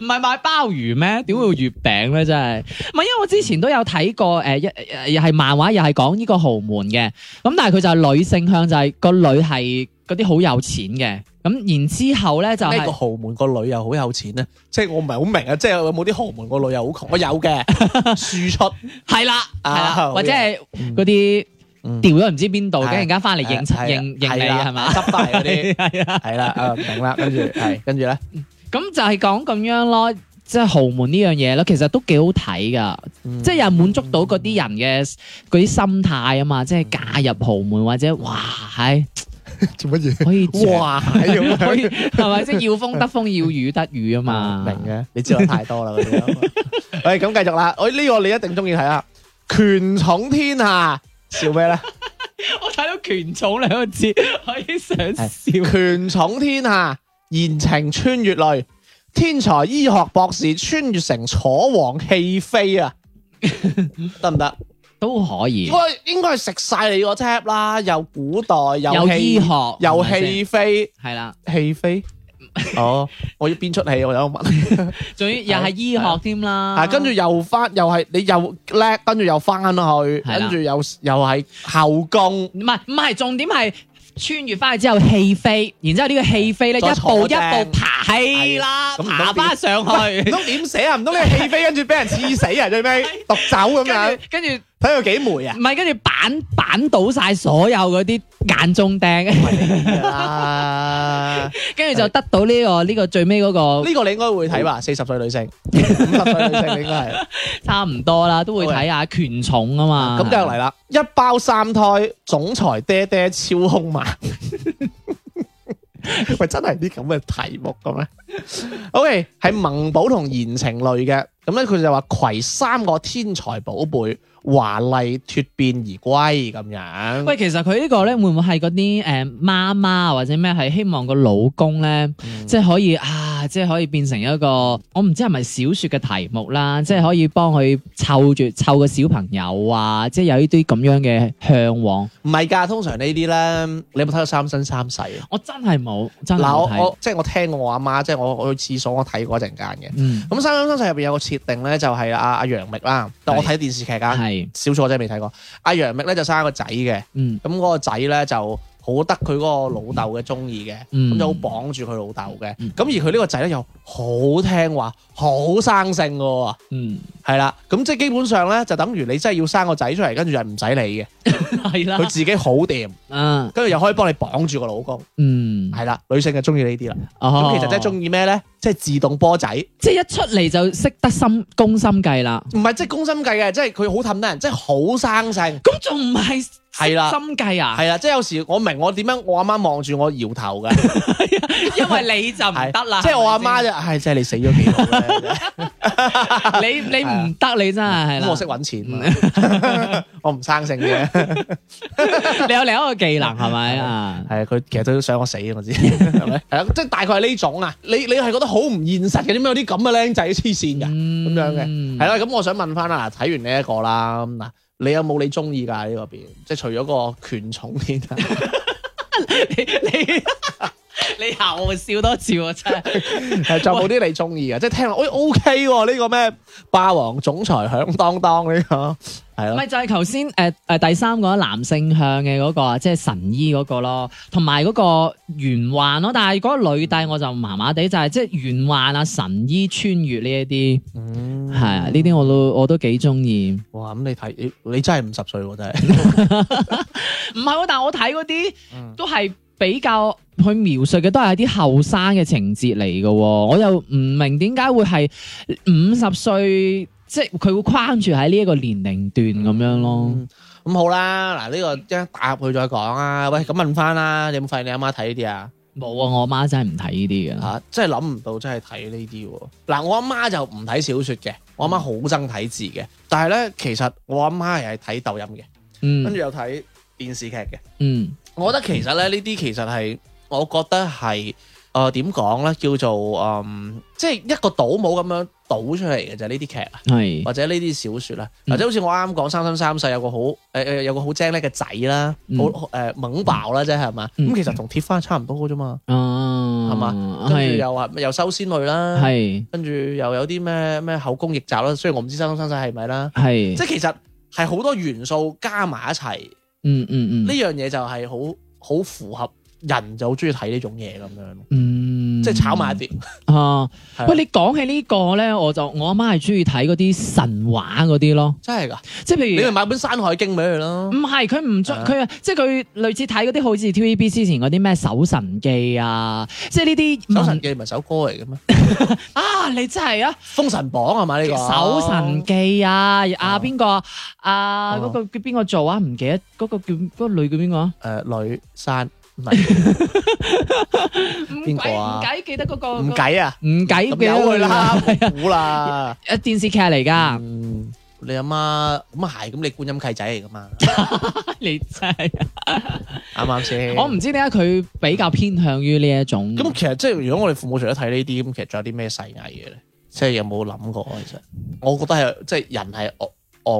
唔係賣鮑魚咩？點會有月餅咧？真係，唔係因為我之前都有睇過誒一誒又係漫畫，又係講呢個豪門嘅，咁但係佢就係女性向，就係、個女係嗰啲好有錢嘅，咁然之後咧就
呢
係、
個豪門個女又好有錢咧，即係我唔係好明啊！即係有冇啲豪門個女又好窮？我有
[LAUGHS]
嘅，輸出
係啦，係啦，
啊
或者係
嗯
嗰啲
嗯
掉咗唔知邊度，
係
跟住間翻嚟
係
認認認
係啦啊
你
係啦
係嘛？
執翻嚟嗰
[LAUGHS]
啲
係啊。
係啦，啊明啦，跟住係跟住咧，
咁就係講咁樣咯，即係豪門呢樣嘢咯，其實都幾好睇噶，
嗯
即係又滿足到嗰啲人嘅嗰啲心態啊嘛，即係嫁入豪門或者哇，係
[LAUGHS] 做乜嘢？
可以著 [LAUGHS]
哇！ [LAUGHS] 係啊咁
可
樣
以係咪？即係要風得風，要雨得雨啊
[LAUGHS]
嘛，
明
[LAUGHS]
嘅，你知道太多啦嗰啲啊。喂，咁繼續啦，我呢個你一定中意睇啦，權寵天下，笑
[LAUGHS]
咩咧？
我睇到權重兩個字， [LAUGHS] 我已經想笑。
權寵天下，言情穿越類，天才醫學博士穿越成楚王棄
[LAUGHS]
妃啊！得唔得？
都可以
應，該應該係食晒你個 tap 啦，又古代又
有醫學
戲，又
係咪先
棄妃，
係啦，
棄妃。
[LAUGHS]
哦，我要邊出戲？我有問
仲要又係醫學添啦，
啊，跟住又翻，又係你又叻，跟住又翻去，
係啦
跟住又又係後宮，
唔係唔係，重點係穿越翻去之後棄飛，然之後呢個棄飛咧一
再
步
坐
一
正
步爬係啦，
係咁唔通
爬翻上
唔
去，
通點寫啊？唔通你棄妃跟住俾人刺死啊？
[LAUGHS]
最尾毒酒 [LAUGHS] 咁樣
跟，住跟住
睇佢幾
[LAUGHS]
霉啊
唔！係跟住板板倒晒所有嗰啲眼中釘，
啊！
[LAUGHS] 跟住就得到呢個呢個最尾嗰個
呢個你應該會睇吧？四十歲女性，五十歲女性你應該係。
差唔多啦，都會睇下權重啊嘛。
咁繼續嚟啦，一包三胎總裁爹爹超兇猛。 [LAUGHS] 喂，真係啲咁嘅題目嘅咩？OK，係萌寶同言情類嘅，咁咧佢就話攜三個天才寶貝，華麗脱變而歸咁樣。
喂，其實佢呢個咧會唔會係嗰啲誒媽媽或者咩係希望個老公咧，即係可以啊，即係可以變成一個我唔知係咪小説嘅題目啦，即係可以幫佢湊住湊個小朋友啊，即係有呢啲咁樣嘅向往。
唔係㗎，通常呢啲咧，你有冇睇過《三生三世》啊？
我真係冇，真係
嗱，
冇
我
睇。
我即係我聽過我阿媽，即係我我去廁所我睇過一陣間嘅。
嗯，
咁《三生三世》入邊有個設定咧，就係阿阿楊冪啦，但我睇電視劇㗎，
係，
少數我真係未睇過。阿楊冪咧就生一個仔嘅，
嗯
咁嗰個仔咧就好得佢嗰個老豆嘅中意嘅，
嗯
咁就好綁住佢老豆嘅。
嗯
咁而佢呢個仔咧又好聽話，好生性嘅喎，
嗯，
係啦。咁即係基本上咧就等於你真係要生個仔出嚟，跟住就係唔使
[LAUGHS]
理嘅，
係啦
佢，自己好掂，
啊，
跟住又可以幫你綁住個老公，
嗯，
係啦。女性就中意呢啲啦。
哦
咁其實真係中意咩咧？即係自動波仔。
即係一出嚟就識得心攻心計啦。
唔係即係攻心計嘅，即係佢好氹得人，即係好生性。
咁仲唔係
係啦
心計啊，
係啦，即係有時我明我點樣，我阿媽望住我搖頭㗎。
因為你就唔
係
得啦，
即係我阿媽
係
就，唉，即係你死咗幾耐
[LAUGHS] 咪先，
咧？
你你唔得你真係係啦
啊
嗯
咁我識揾錢嘛， [LAUGHS] 我唔生性嘅，係
你有另一個技能係咪啊？
佢 [LAUGHS] 其實都想我死，啊我知係咪？
[LAUGHS]
係啊，即係大概係呢種啊。你你係覺得好唔現實嘅，點解有啲咁嘅僆仔黐線㗎？咁
咁
樣
嗯
嘅，係啦。咁我想問翻啦，嗱睇完呢一個啦，咁嗱，你有冇你中意㗎呢個邊？即係除咗個權重
[LAUGHS]
先啊，
你你 [LAUGHS] 你嚇我笑多次喎，真係
係仲有冇啲你中意嘅？即係聽落，哎 OK 喎，呢個咩霸王總裁響當當呢個係咯，
咪就係頭先誒誒第三個男性向嘅嗰個啊，即係神醫嗰個咯，同埋嗰個玄幻咯。但係嗰個女帝我就麻麻地，就係即係玄幻啊、神醫穿越呢一啲，
嗯
係啊，呢啲我都我都幾中意。
哇！咁你睇，你你真係五十歲喎，真係。
唔係喎，但係我睇嗰
嗯
啲都係比較佢描述嘅都係一啲後生嘅情節嚟嘅喎，我又唔明點解會係五十歲，即係佢會框住喺呢一個年齡段咁樣咯。
嗯咁好啦，嗱呢個一答佢再講啊。喂，咁問翻啦，你有冇發現你阿媽睇呢啲啊？
冇啊，我媽真係唔睇呢啲嘅。
嚇，真係諗唔到，真係睇呢啲喎。嗱，我阿媽就唔睇小説嘅，我阿媽好憎睇字嘅。但係咧，其實我阿媽又係睇抖音嘅，跟
嗯
住又睇電視劇嘅。
嗯
我覺得其實咧，呢啲其實係我覺得係誒點講咧，叫做嗯，即係一個倒模咁樣倒出嚟嘅就係呢啲劇啊。
係
或者呢啲小説啦，
嗯
或者好似我啱啱講《三生三世》有個好誒誒有個好精叻嘅仔啦，
嗯
好誒猛爆啦，即係係嘛？
嗯
咁其實同鐵花差唔多啫嘛，
啊，
係
嘛
跟住
係
又話又修仙類啦，
係
跟住又有啲咩咩後宮逆襲啦，雖然我唔知《三生三世》係咪啦，
係
即，係其實係好多元素加埋一齊，呢
嗯嗯嗯，
樣嘢就係好好符合人就好中意睇呢種嘢咁樣，
嗯
即係炒埋一碟。
啊。
係啊
喂，你講起呢個咧，我就我阿媽係中意睇嗰啲神話嗰啲咯，
真係㗎，
即係譬如
你咪買本《山海經》俾佢咯
唔。係，佢唔中
啊
佢即係佢類似睇嗰啲好似 TVB 之前嗰啲咩《搜神記》啊，即係呢啲
《搜神
文
記》唔係首歌嚟嘅咩？
啊，你真係啊，
《封神榜》係嘛呢個？
《搜神記》啊，啊邊個啊啊
哦
嗰個叫邊個做啊？唔記得嗰個叫嗰個女叫邊個啊？
誒、呃女山
[LAUGHS]
唔係
唔
邊個啊
計唔計記得嗰個
唔計啊，
唔計
咁
嘅
由佢啦，
[LAUGHS]
唔估啦。
誒電視劇嚟
[LAUGHS]
㗎，
嗯，你阿媽咁啊係，咁你觀音契仔嚟噶嘛？
你真係
啱唔啱先？
我唔知點解佢比較偏向於呢一種
咁其實即係如果我哋父母除咗睇呢啲，咁其實仲有啲咩細藝嘅咧？即係有冇諗過其實？我覺得係即係人係戇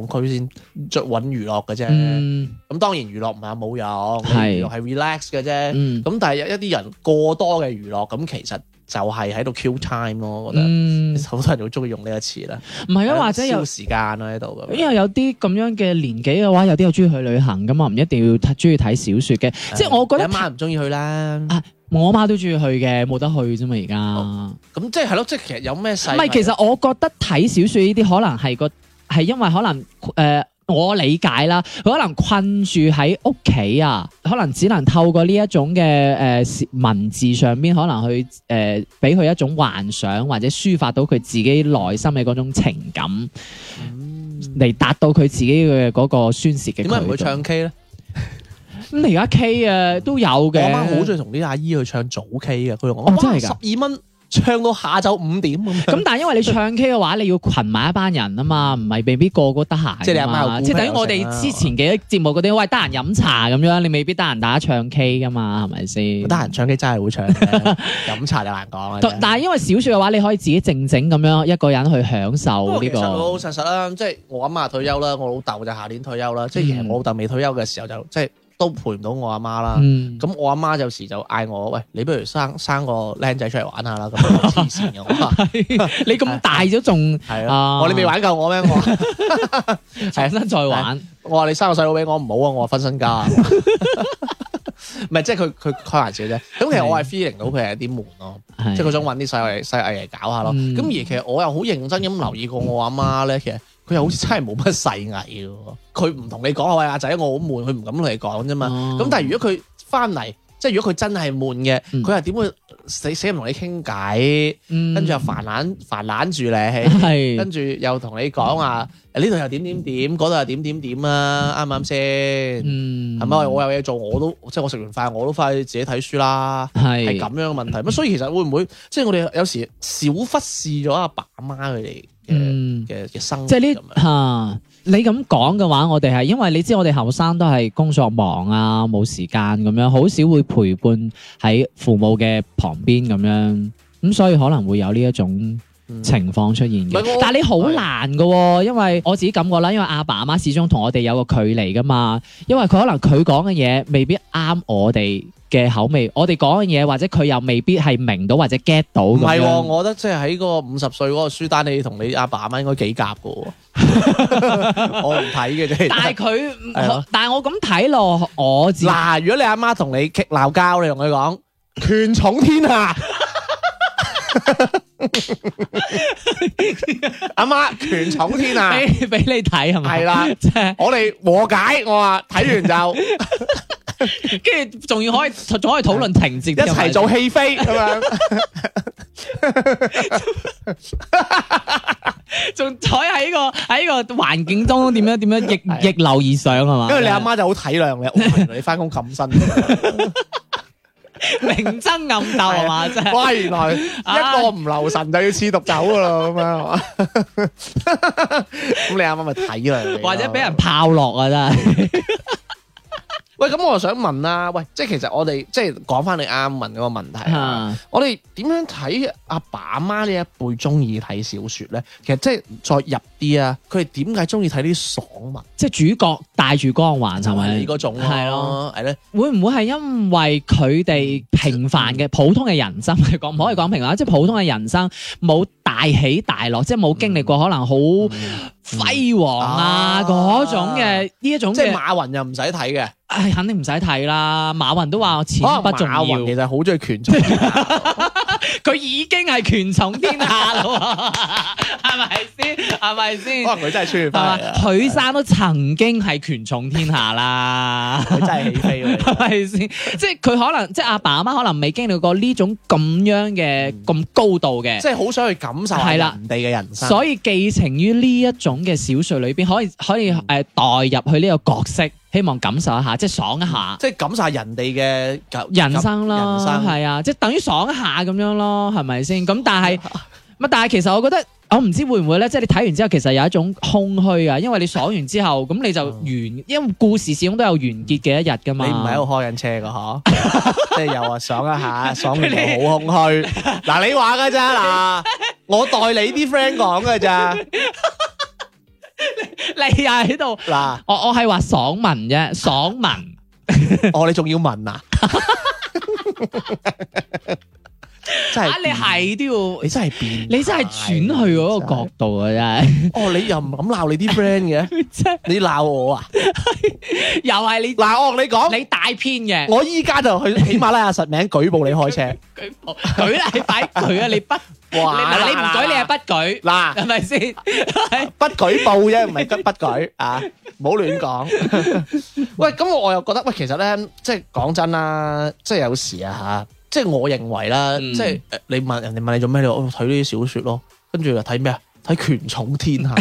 戇居先著揾娛樂嘅啫。咁、
嗯
當然娛樂唔係話冇用，
係
娛樂係 relax 嘅啫。
嗯
咁、但係有一啲人過多嘅娛樂，咁其實就係喺度 kill time 咯。我覺得
嗯，
好多人好中意用呢個詞啦。
唔係啊，或者有
消。時間咯喺度咁樣。
因為有啲咁樣嘅年紀嘅話，有啲又中意去旅行噶嘛，唔一定要睇中意睇小説嘅。
係
即係我覺得
你阿媽唔中意去啦，
啊我媽都中意去嘅，冇得去啫嘛而家。
咁即係係咯，即係其實有咩細
唔係，其實我覺得睇小説呢啲可能係個係因為可能誒、呃我理解啦，佢可能困住喺屋企啊，可能只能透過呢一種嘅誒、呃文字上邊，可能去誒俾佢一種幻想，或者抒發到佢自己內心嘅嗰種情感，嚟達到佢自己嘅嗰個宣泄嘅。
嗯點解唔去唱 K 咧？
咁你而家 K 啊都有
我
嘅，
阿媽好中意同啲阿姨去唱早 K 嘅，佢同我
哦真
哇
係
十
㗎
二蚊唱到下晝五點咁樣。
咁但係因為你唱 K 嘅話，你要群埋一班人啊嘛，唔係未必個個得閒㗎嘛。
即係你阿媽有顧
即係等於
朋友
我
成啦啊
哋之前嘅節目嗰啲，喂得閒飲茶咁樣，你未必得閒打唱 K 噶嘛，係咪先？
得閒唱 K 真係會
[LAUGHS]
唱嘅，飲茶就難講啊。
同。但係因為小説嘅話，你可以自己靜靜咁樣一個人去享
不過
受
其
呢
實老老
個。
實實啦，即係我阿媽退休啦，我老豆就下年退休啦。即係其實
嗯
我老豆未退休嘅時候就即係都陪唔到我阿媽啦。
嗯，
咁我阿媽有時就嗌我，喂，你不如生生個僆仔出嚟玩下啦，咁樣黐線嘅，我話
[LAUGHS] 你
啊
咁大咗仲
係啊，
啊
我話你未玩夠我咩？我話 [LAUGHS] 啊
重新再玩，
我話你生個細佬俾我唔好啊，我話分身家 [LAUGHS] 啊，唔係即係佢佢開玩笑啫。咁其實我係 feeling 到佢係有啲悶咯，
係
啊即係佢想揾啲細藝細藝嚟搞下咯。
嗯
咁而其實我又好認真咁留意過我阿媽咧，其實佢又好似真係冇乜細藝啊嘅喎。佢唔同你講話喂阿仔，我好悶，佢唔敢同你講啫嘛。
哦
咁但係如果佢翻嚟即係如果佢真係悶嘅，
嗯
佢又點會死死唔同你傾偈，
嗯
跟住又煩懶煩懶住你，
係
跟住又同你講話呢度又點點點，嗰度又點點點啊，啱唔啱先？
嗯
係咪、我有嘢做，我都即係我食完飯，我都翻去自己睇書啦。
係
係咁樣嘅問題，咁所以其實會唔會即係我哋有時少忽視咗阿爸阿媽佢哋嘅
嗯。
嘅嘅生活
即係
咁
呢
樣？
嚇，你咁講嘅話，我哋係因為你知我哋後生都係工作忙啊，冇時間咁樣，好少會陪伴喺父母嘅旁邊咁樣，咁所以可能會有呢一種
嗯
情況出現
唔係
嘅
我。
但係你好難嘅喎，因為我自己感覺啦，因為阿爸阿媽始終同我哋有個距離噶嘛，因為佢可能佢講嘅嘢未必啱我哋嘅口味，我哋講嘅嘢或者佢又未必係明到或者 get 到
唔
咁
係喎，
樣。
我覺得即係喺個五十歲嗰個書單，你同你阿爸阿媽應該幾夾嘅
[LAUGHS]
喎。我唔睇嘅啫。
但係佢
係咯，
但係我咁睇落，我自己
嗱，如果你阿媽同你激鬧交，你同佢講權重天下。阿媽權重天下，
俾 [LAUGHS] 俾你睇係咪？
[LAUGHS] 啊係啦
[LAUGHS] 即係
我哋和解。我話睇 [LAUGHS] 完就。
跟住仲要可以仲可以討論情節，
一齊做戲 [LAUGHS] 飛咁樣，
仲坐喺個喺個環境當中點樣點樣
係啊
逆逆流而上係嘛？
[LAUGHS] 因為你阿媽就好體諒 [LAUGHS] 你，哇原來你翻工咁辛 [LAUGHS] 苦，
[LAUGHS] 明爭暗鬥係嘛？真係
啊哇原來一個唔留神就要黐毒走噶啦咁樣， [LAUGHS] 咁你阿媽咪體諒你咯，
或者俾人炮落啊！真係
喂咁我就想問啦，喂即係其實我哋即係講翻你啱問嗰個問題啊，
啊
我哋點樣睇阿爸阿媽呢一輩中意睇小說咧？其實即係再入啲啊，佢哋點解中意睇啲爽文？
即係主角帶住光環係
就係
咪
你？嗰種
啊係
咯
咯，
係咧，
會唔會係因為佢哋平凡
嗯
嘅普通嘅人生 [LAUGHS] 嚟講，唔可以講平凡，即係普通嘅人生冇大起大
嗯
落，即係冇經歷過可能好輝煌啊
啊
嗰種嘅呢一種
即係
嘅，
馬雲又唔使睇嘅。
唉，肯定唔使睇啦。馬雲都話我錢不重
哦馬雲其
要，
實好中意拳
[LAUGHS]
重，
佢已經係權重天下
[LAUGHS]
啦喎，係咪先？係咪先？
可能佢真係穿越
係嘛
翻嚟？哦啊，
許生都曾經係權重天下啦。
佢真係起
[LAUGHS]
飛喎。
係咪先？即係佢可能，即係阿爸阿媽可能未經歷過呢種咁樣嘅咁高度嘅
嗯即，係好想去感受下
係啦
人哋嘅人生。
所以寄情於呢一種嘅小説裏邊，可以可以
嗯
誒代入去呢個角色，希望感受一下，即係爽一下
即係感受下人哋嘅感
人生咯，
人生
係啊，即係等於爽一下咁樣咯，係咪先？咁但 [LAUGHS] 係，乜但係其實我覺得。我唔知會唔會咧，即係你睇完之後，其實有一種空虛啊，因為你爽完之後，咁你就完，因為故事始終都有完結嘅一日噶嘛。
你唔係喺度開緊車噶
[LAUGHS]
嗬？即係又話爽一下，爽完就好空虛。嗱，你話噶
[LAUGHS]
咋嗱？我代你啲 friend 講噶咋
你又喺度
嗱？
我我係話爽文啫，爽文
哦，你仲要問啊？ [LAUGHS]
啊
真係！
你 [LAUGHS] 係都要，
你真係變，
你真係轉去嗰個角。度啊！真
哦，你又唔敢鬧你啲 friend
[LAUGHS]
嘅？
係，啊真係
你鬧我啊？
又係你
嗱，我同你講，
你大篇嘅
我依家就去喜馬拉雅實名舉報你
[LAUGHS]
開車。
舉報舉啦，你快舉啊！你不
哇
嗱你唔舉你係不舉，
嗱，
係咪先？係
不舉報啫，唔係不不舉啊！唔好亂講。喂，咁我又覺得喂，其實咧，即係講真啦，即係有時啊嚇，即係我認為啦，
嗯
即係誒你問人哋問你做咩，你話哦睇呢啲小說咯，跟住又睇咩啊？睇權重天下，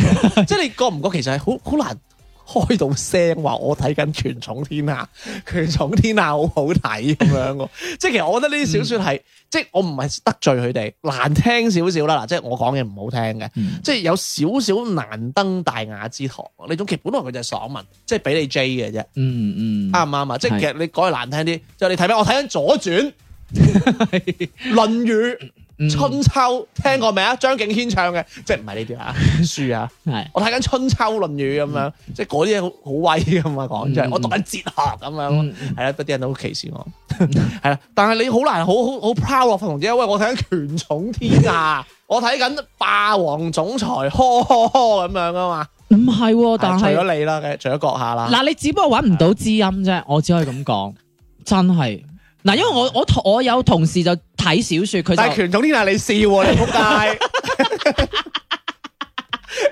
即係你覺唔覺其實係好好難開到聲話我睇緊權重天下，權重天下好好睇咁樣喎。 [LAUGHS] 即係其實我覺得呢啲小說係，即係我唔係得罪佢哋，難聽少少啦。嗱，即係我講嘢唔好聽嘅，
嗯
即係有少少難登大雅之堂。呢種劇本來佢就係爽文，即係俾你 J 嘅啫，
嗯嗯，
啱唔啱啊？即係
係
其實你講句難聽啲，就係你睇咩？我睇緊《左傳》
[LAUGHS]
《論語》
嗯
《春秋》，聽過未啊？張敬軒唱嘅，即係唔係呢
[LAUGHS]
啲啊？書啊！
係
我睇緊《春秋》《論語》咁樣，即係嗰啲嘢好好威噶嘛，講真，
嗯
我讀緊哲學咁樣咯。
嗯
係啦，不過啲人都好歧視我，係啦。但係你好難好好好 proud 落份同自己，喂，我睇緊權重
[LAUGHS]
天下，我睇緊霸王總裁，呵呵呵咁樣啊嘛。
唔係喎，但
除
係
咗嗯你啦，嘅除咗閣下啦，
嗱，你只不過揾唔到知音啫，我只可以咁講，真係嗱，因為我我我有同事就睇小説，佢
嗯但係
就。
權重天下你笑喎，你仆街，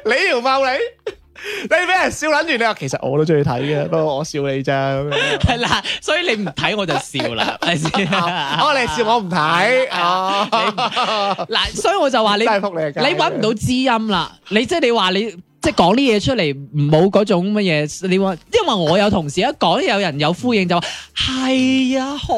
你條茂你你俾人笑撚完，你話其實我都中意睇嘅，不過我笑你咋咁樣。
[LAUGHS] 係啦，所以你唔睇我就笑啦，係咪
[LAUGHS]
先？
哦，你笑我唔睇啊！ [LAUGHS]
嗱，所以我就話你
真係仆你
你揾唔到知音啦。你即係你話你即係講啲嘢出嚟，冇嗰種乜嘢。你話，因為我有同事一講，有人有呼應就話係啊，好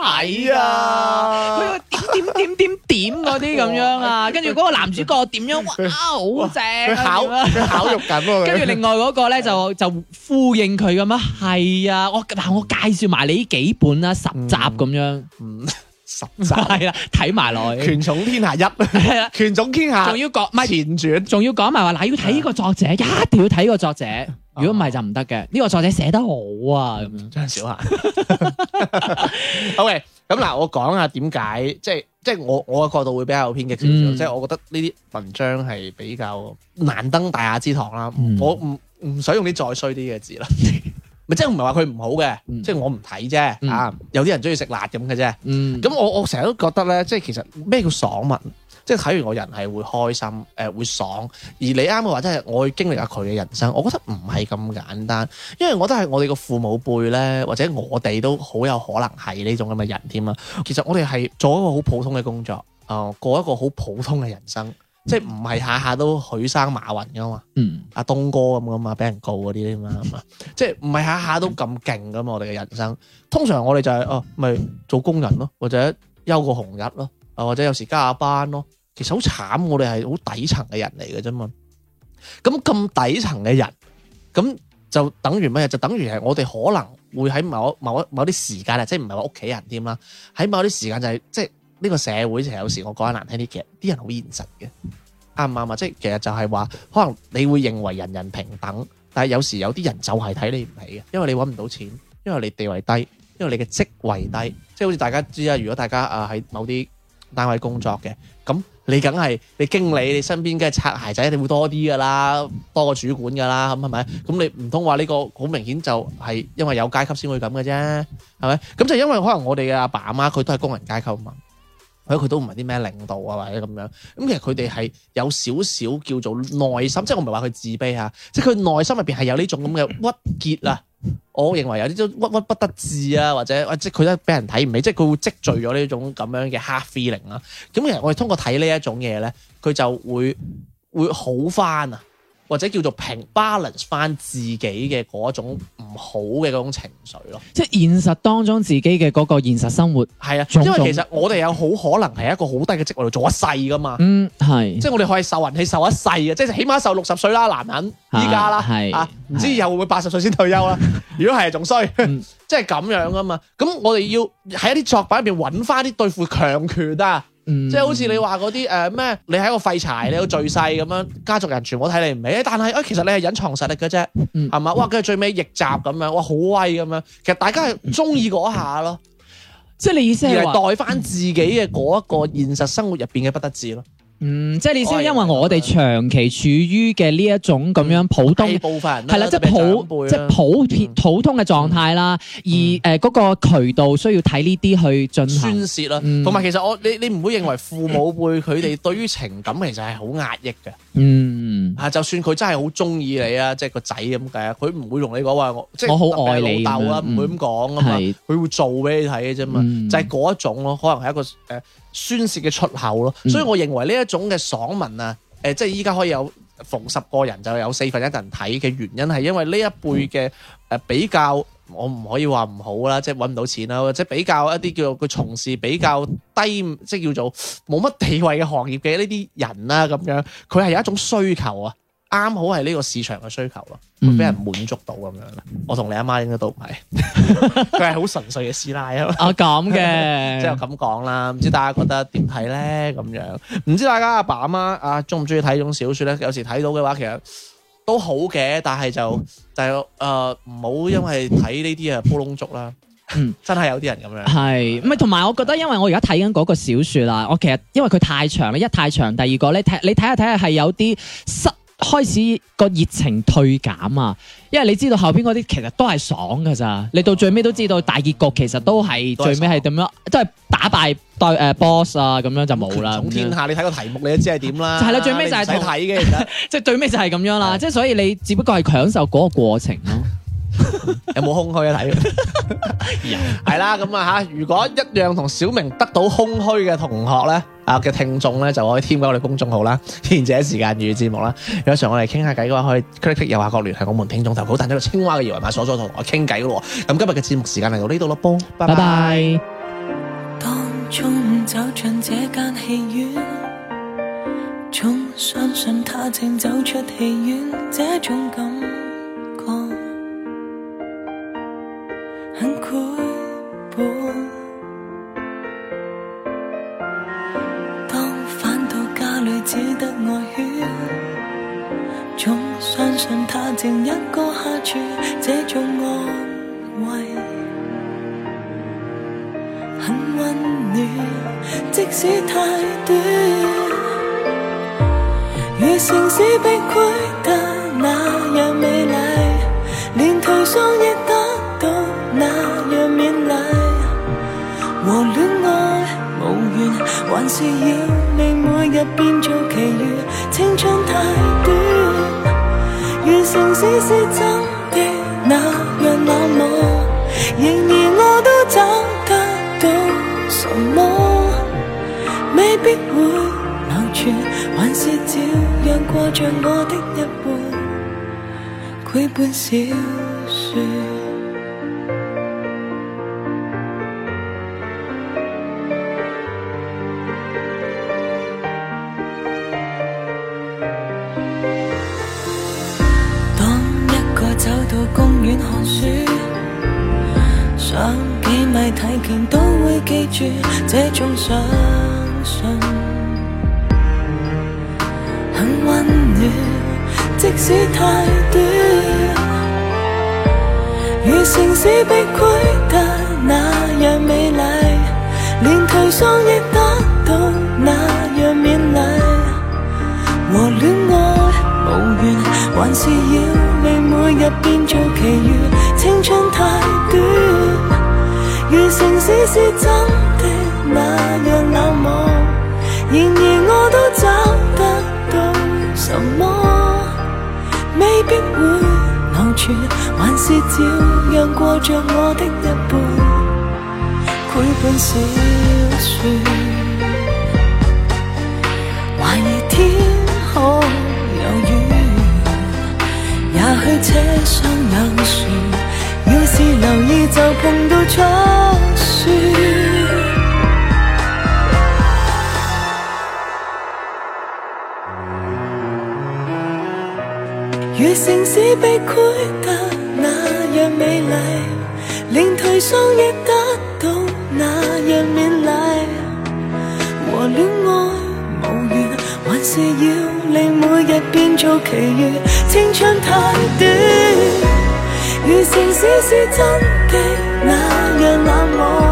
好
哎
睇啊，佢話點點點點點嗰
[LAUGHS]
啲咁樣啊，跟住嗰個男主角點樣哇，好正
佢
啊
考
咁樣
佢考嗯肉緊喎。
跟住另外嗰個咧就就呼應佢咁樣，係啊，我嗱我介紹埋你呢幾本啦，十集咁樣，
嗯十
[LAUGHS]
集
係啦，睇埋落去，
權重天下一，
係啦，
權重天下
仲要講，唔係
前傳。
仲要講埋話嗱，要睇呢個作者，
嗯
一定要睇呢個作者，
啊
如果唔係就唔得嘅。呢個作者寫得好啊，咁樣。
張小娴。OK，咁嗱，我講下點解，即係即係我我嘅角度會比較偏激少少，
嗯
即係我覺得呢啲文章係比較難登大雅之堂啦。
嗯
我唔唔想用啲再衰啲嘅字
[LAUGHS]
啦。咪即係唔係話佢唔好嘅，
嗯
即係我唔睇啫。
嗯
啊，有啲人中意食辣咁嘅啫。
嗯，
咁我我成日都覺得咧，即係其實咩叫爽文？即係睇完我人係會開心，誒、會爽。而你啱嘅話，即係我會經歷下佢嘅人生，我覺得唔係咁簡單，因為我覺得係我哋個父母輩咧，或者我哋都好有可能係呢種咁嘅人添啊啦。其實我哋係做一個好普通嘅工作，誒、過一個好普通嘅人生，即係唔係下下都許生馬雲噶嘛。
嗯
阿啊東哥咁噶嘛，俾人告嗰啲啫嘛，係嘛？即係唔係下下都咁勁噶嘛？我哋嘅人生，通常我哋就係、哦，咪做工人咯，或者休個紅日咯，啊或者有時加下班咯。其實好慘，我哋係好底層嘅人嚟嘅啫嘛。咁咁底層嘅人，咁就等於乜嘢？就等於係我哋可能會喺某某一某啲時間啊，即係唔係話屋企人添啦，喺某啲時間就係、即係呢個社會，其實有時我講得難聽啲，其實啲人好現實嘅。啱唔啱啊？即係其實就係話，可能你會認為人人平等，但係有時有啲人就係睇你唔起嘅，因為你揾唔到錢，因為你地位低，因為你嘅職位低。即係好似大家知啊，如果大家啊喺某啲單位工作嘅，咁你梗係你經理，你身邊梗係擦鞋仔，你會多啲噶啦，多過主管噶啦，咁係咪？咁你唔通話呢個好明顯就係因為有階級先會咁嘅啫，係咪？咁就因為可能我哋嘅阿爸阿媽佢都係工人階級嘛，或者佢都唔係啲咩領導啊或者咁樣。咁其實佢哋係有少少叫做內心，即係我唔係話佢自卑嚇，即係佢內心入邊係有呢種咁嘅鬱結啊。我認為有呢種鬱鬱不得志啊，或者或者佢都俾人睇唔起，即係佢會積聚咗呢種咁樣嘅 hard feeling 啦。咁其實我哋通過睇呢一種嘢咧，佢就會會好翻啊，或者叫做平 balance 翻自己嘅嗰種唔好嘅嗰種情緒咯。
即係現實當中自己嘅嗰個現實生活，
係啊，
種
因
種
為其實我哋有好可能係一個好低嘅職位度做一世噶嘛。
嗯係，
即係我哋可以受人氣受一世嘅，即係起碼受六十歲啦，男人
係
依家啦，
係
啊唔知以後會唔會八十歲先退休啦？如果係仲衰，
嗯
即係咁樣噶嘛。咁我哋要喺一啲作品入邊揾翻啲對付強權啊，
即
即係好似你話嗰啲誒咩，你係一個廢柴，你有罪勢咁樣，家族人全部睇你唔起，但係啊其實你係隱藏實力嘅啫，
嗯
係嘛、哇，跟住最尾逆襲咁樣，哇好威咁樣，其實大家係中意嗰下咯，
即係你意思
而
係話。
係代翻自己嘅嗰一個現實生活入邊嘅不得志咯，
嗯，即係你先，
哦我係啊嗯
因為我哋長期處於嘅呢一種咁樣普
大
通，
部分人啦
係啦，即
特別
係
長輩
普，
啦
即係普遍
嗯
普通嘅狀態啦。而誒
嗯
嗰個渠道需要睇呢啲去進
宣
行，
泄啦，
嗯
同埋其實我你你唔會認為父母輩佢
[LAUGHS]
哋對於情感其實係好壓抑嘅，
嗯，
啊就算佢真係好中意你啊，即係個仔咁計啊，佢唔會同你講話我即係
我好愛你
特別係老豆啊，
咁樣嗯
唔會咁講啊嘛，
係，
佢會做俾你睇嘅啫嘛，
嗯
就係嗰一種咯，可能係一個誒、呃宣泄嘅出口咯，
嗯
所以我認為呢一種嘅爽文啊，誒、即係依家可以有逢十個人就有四分一人睇嘅原因係因為呢一輩嘅誒比較。我唔可以話唔好啦，即係揾唔到錢啦，或者比較一啲叫做佢從事比較低，即係叫做冇乜地位嘅行業嘅呢啲人啦，咁樣佢係有一種需求啊，啱好係呢個市場嘅需求咯，會俾人滿足到咁樣啦。我同你阿媽應該都唔係， [LAUGHS] 佢係好純粹嘅師奶啊嘛。
啊咁
[LAUGHS] 即係
嘅，
咁講啦，唔知大家覺得點睇咧？咁樣唔知大家阿爸阿媽啊，中唔中意睇呢種小説咧？有時睇到嘅話，其實都好嘅，但係就就誒唔好因為睇呢啲啊煲窿粥啦。
嗯，
真係有啲人咁樣。
[LAUGHS] 係，唔係同埋我覺得，因為我而家睇緊嗰個小説啦，我其實因為佢太長啦，一太長，第二個咧睇你睇下睇下係有啲失開始個熱情退減啊，因為你知道後邊嗰啲其實都係爽噶咋，你到最尾都知道大結局其實都係
都係
最尾係點樣，都係打敗對誒 boss 啊，咁樣就冇啦。
總
咁樣
天下你睇個題目你都知係點啦。
就係啦最尾就係
你唔使
同
睇嘅，其實
即係最尾就係咁樣啦，
係
即係所以你只不過係享受嗰個過程咯。
有冇空虛啊睇？係啦，咁啊吓，如果一樣同小明得到空虛嘅同學咧，啊嘅聽眾咧，就可以添加我哋公眾號啦， [LAUGHS] 賢者時間與節目啦。有時候我哋傾下偈嘅話，可以 click click 右下角聯繫我們聽眾投稿，彈咗個青蛙嘅二維碼鎖咗同我傾偈咯喎。咁今日嘅節目時間嚟到呢度咯，噃，拜
拜拜。
當中午走進這間戲院，總相信他正走出戲院，這種感覺很攰本。當返到家裏只得外圈，總相信他正一個下注，這種安慰。很温暖，即使太短。如城市被潰得那樣美麗，連頹喪亦得到那樣勉勵。和戀愛無緣，還是要你每日變做奇遇。青春太短，如城市是真的那樣冷漠。然而我都找得到什麼，未必會留住，還是照樣過着我的一半，繪本小說。當一個走到公園看書，上幾米睇見都會記住，這種相信很温暖，即使太短。如城市被潰得那樣美麗，連頹喪亦得到那樣勉勵。和戀愛無緣，還是要你每日變做奇遇。青春太短，如城市是真的那樣冷漠。然而我都找得到什麼，未必會留住，還是照樣過着我的一半，繪本小說。懷疑天空有雨，也許車廂有樹，要是留意就碰到初雪。如城市被潰得那樣美麗，連頹喪亦得到那樣勉勵。和戀愛無緣，還是要你每日變做奇遇。青春太短，如城市是真的那樣冷漠，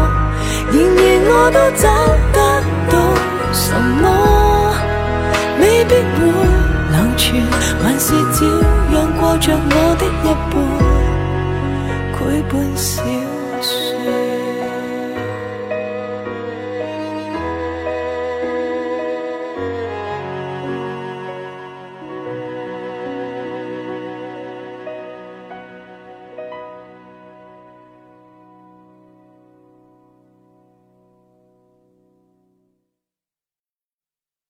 然而我都找得到什麼，未必會留住，還是照樣過着我的一半，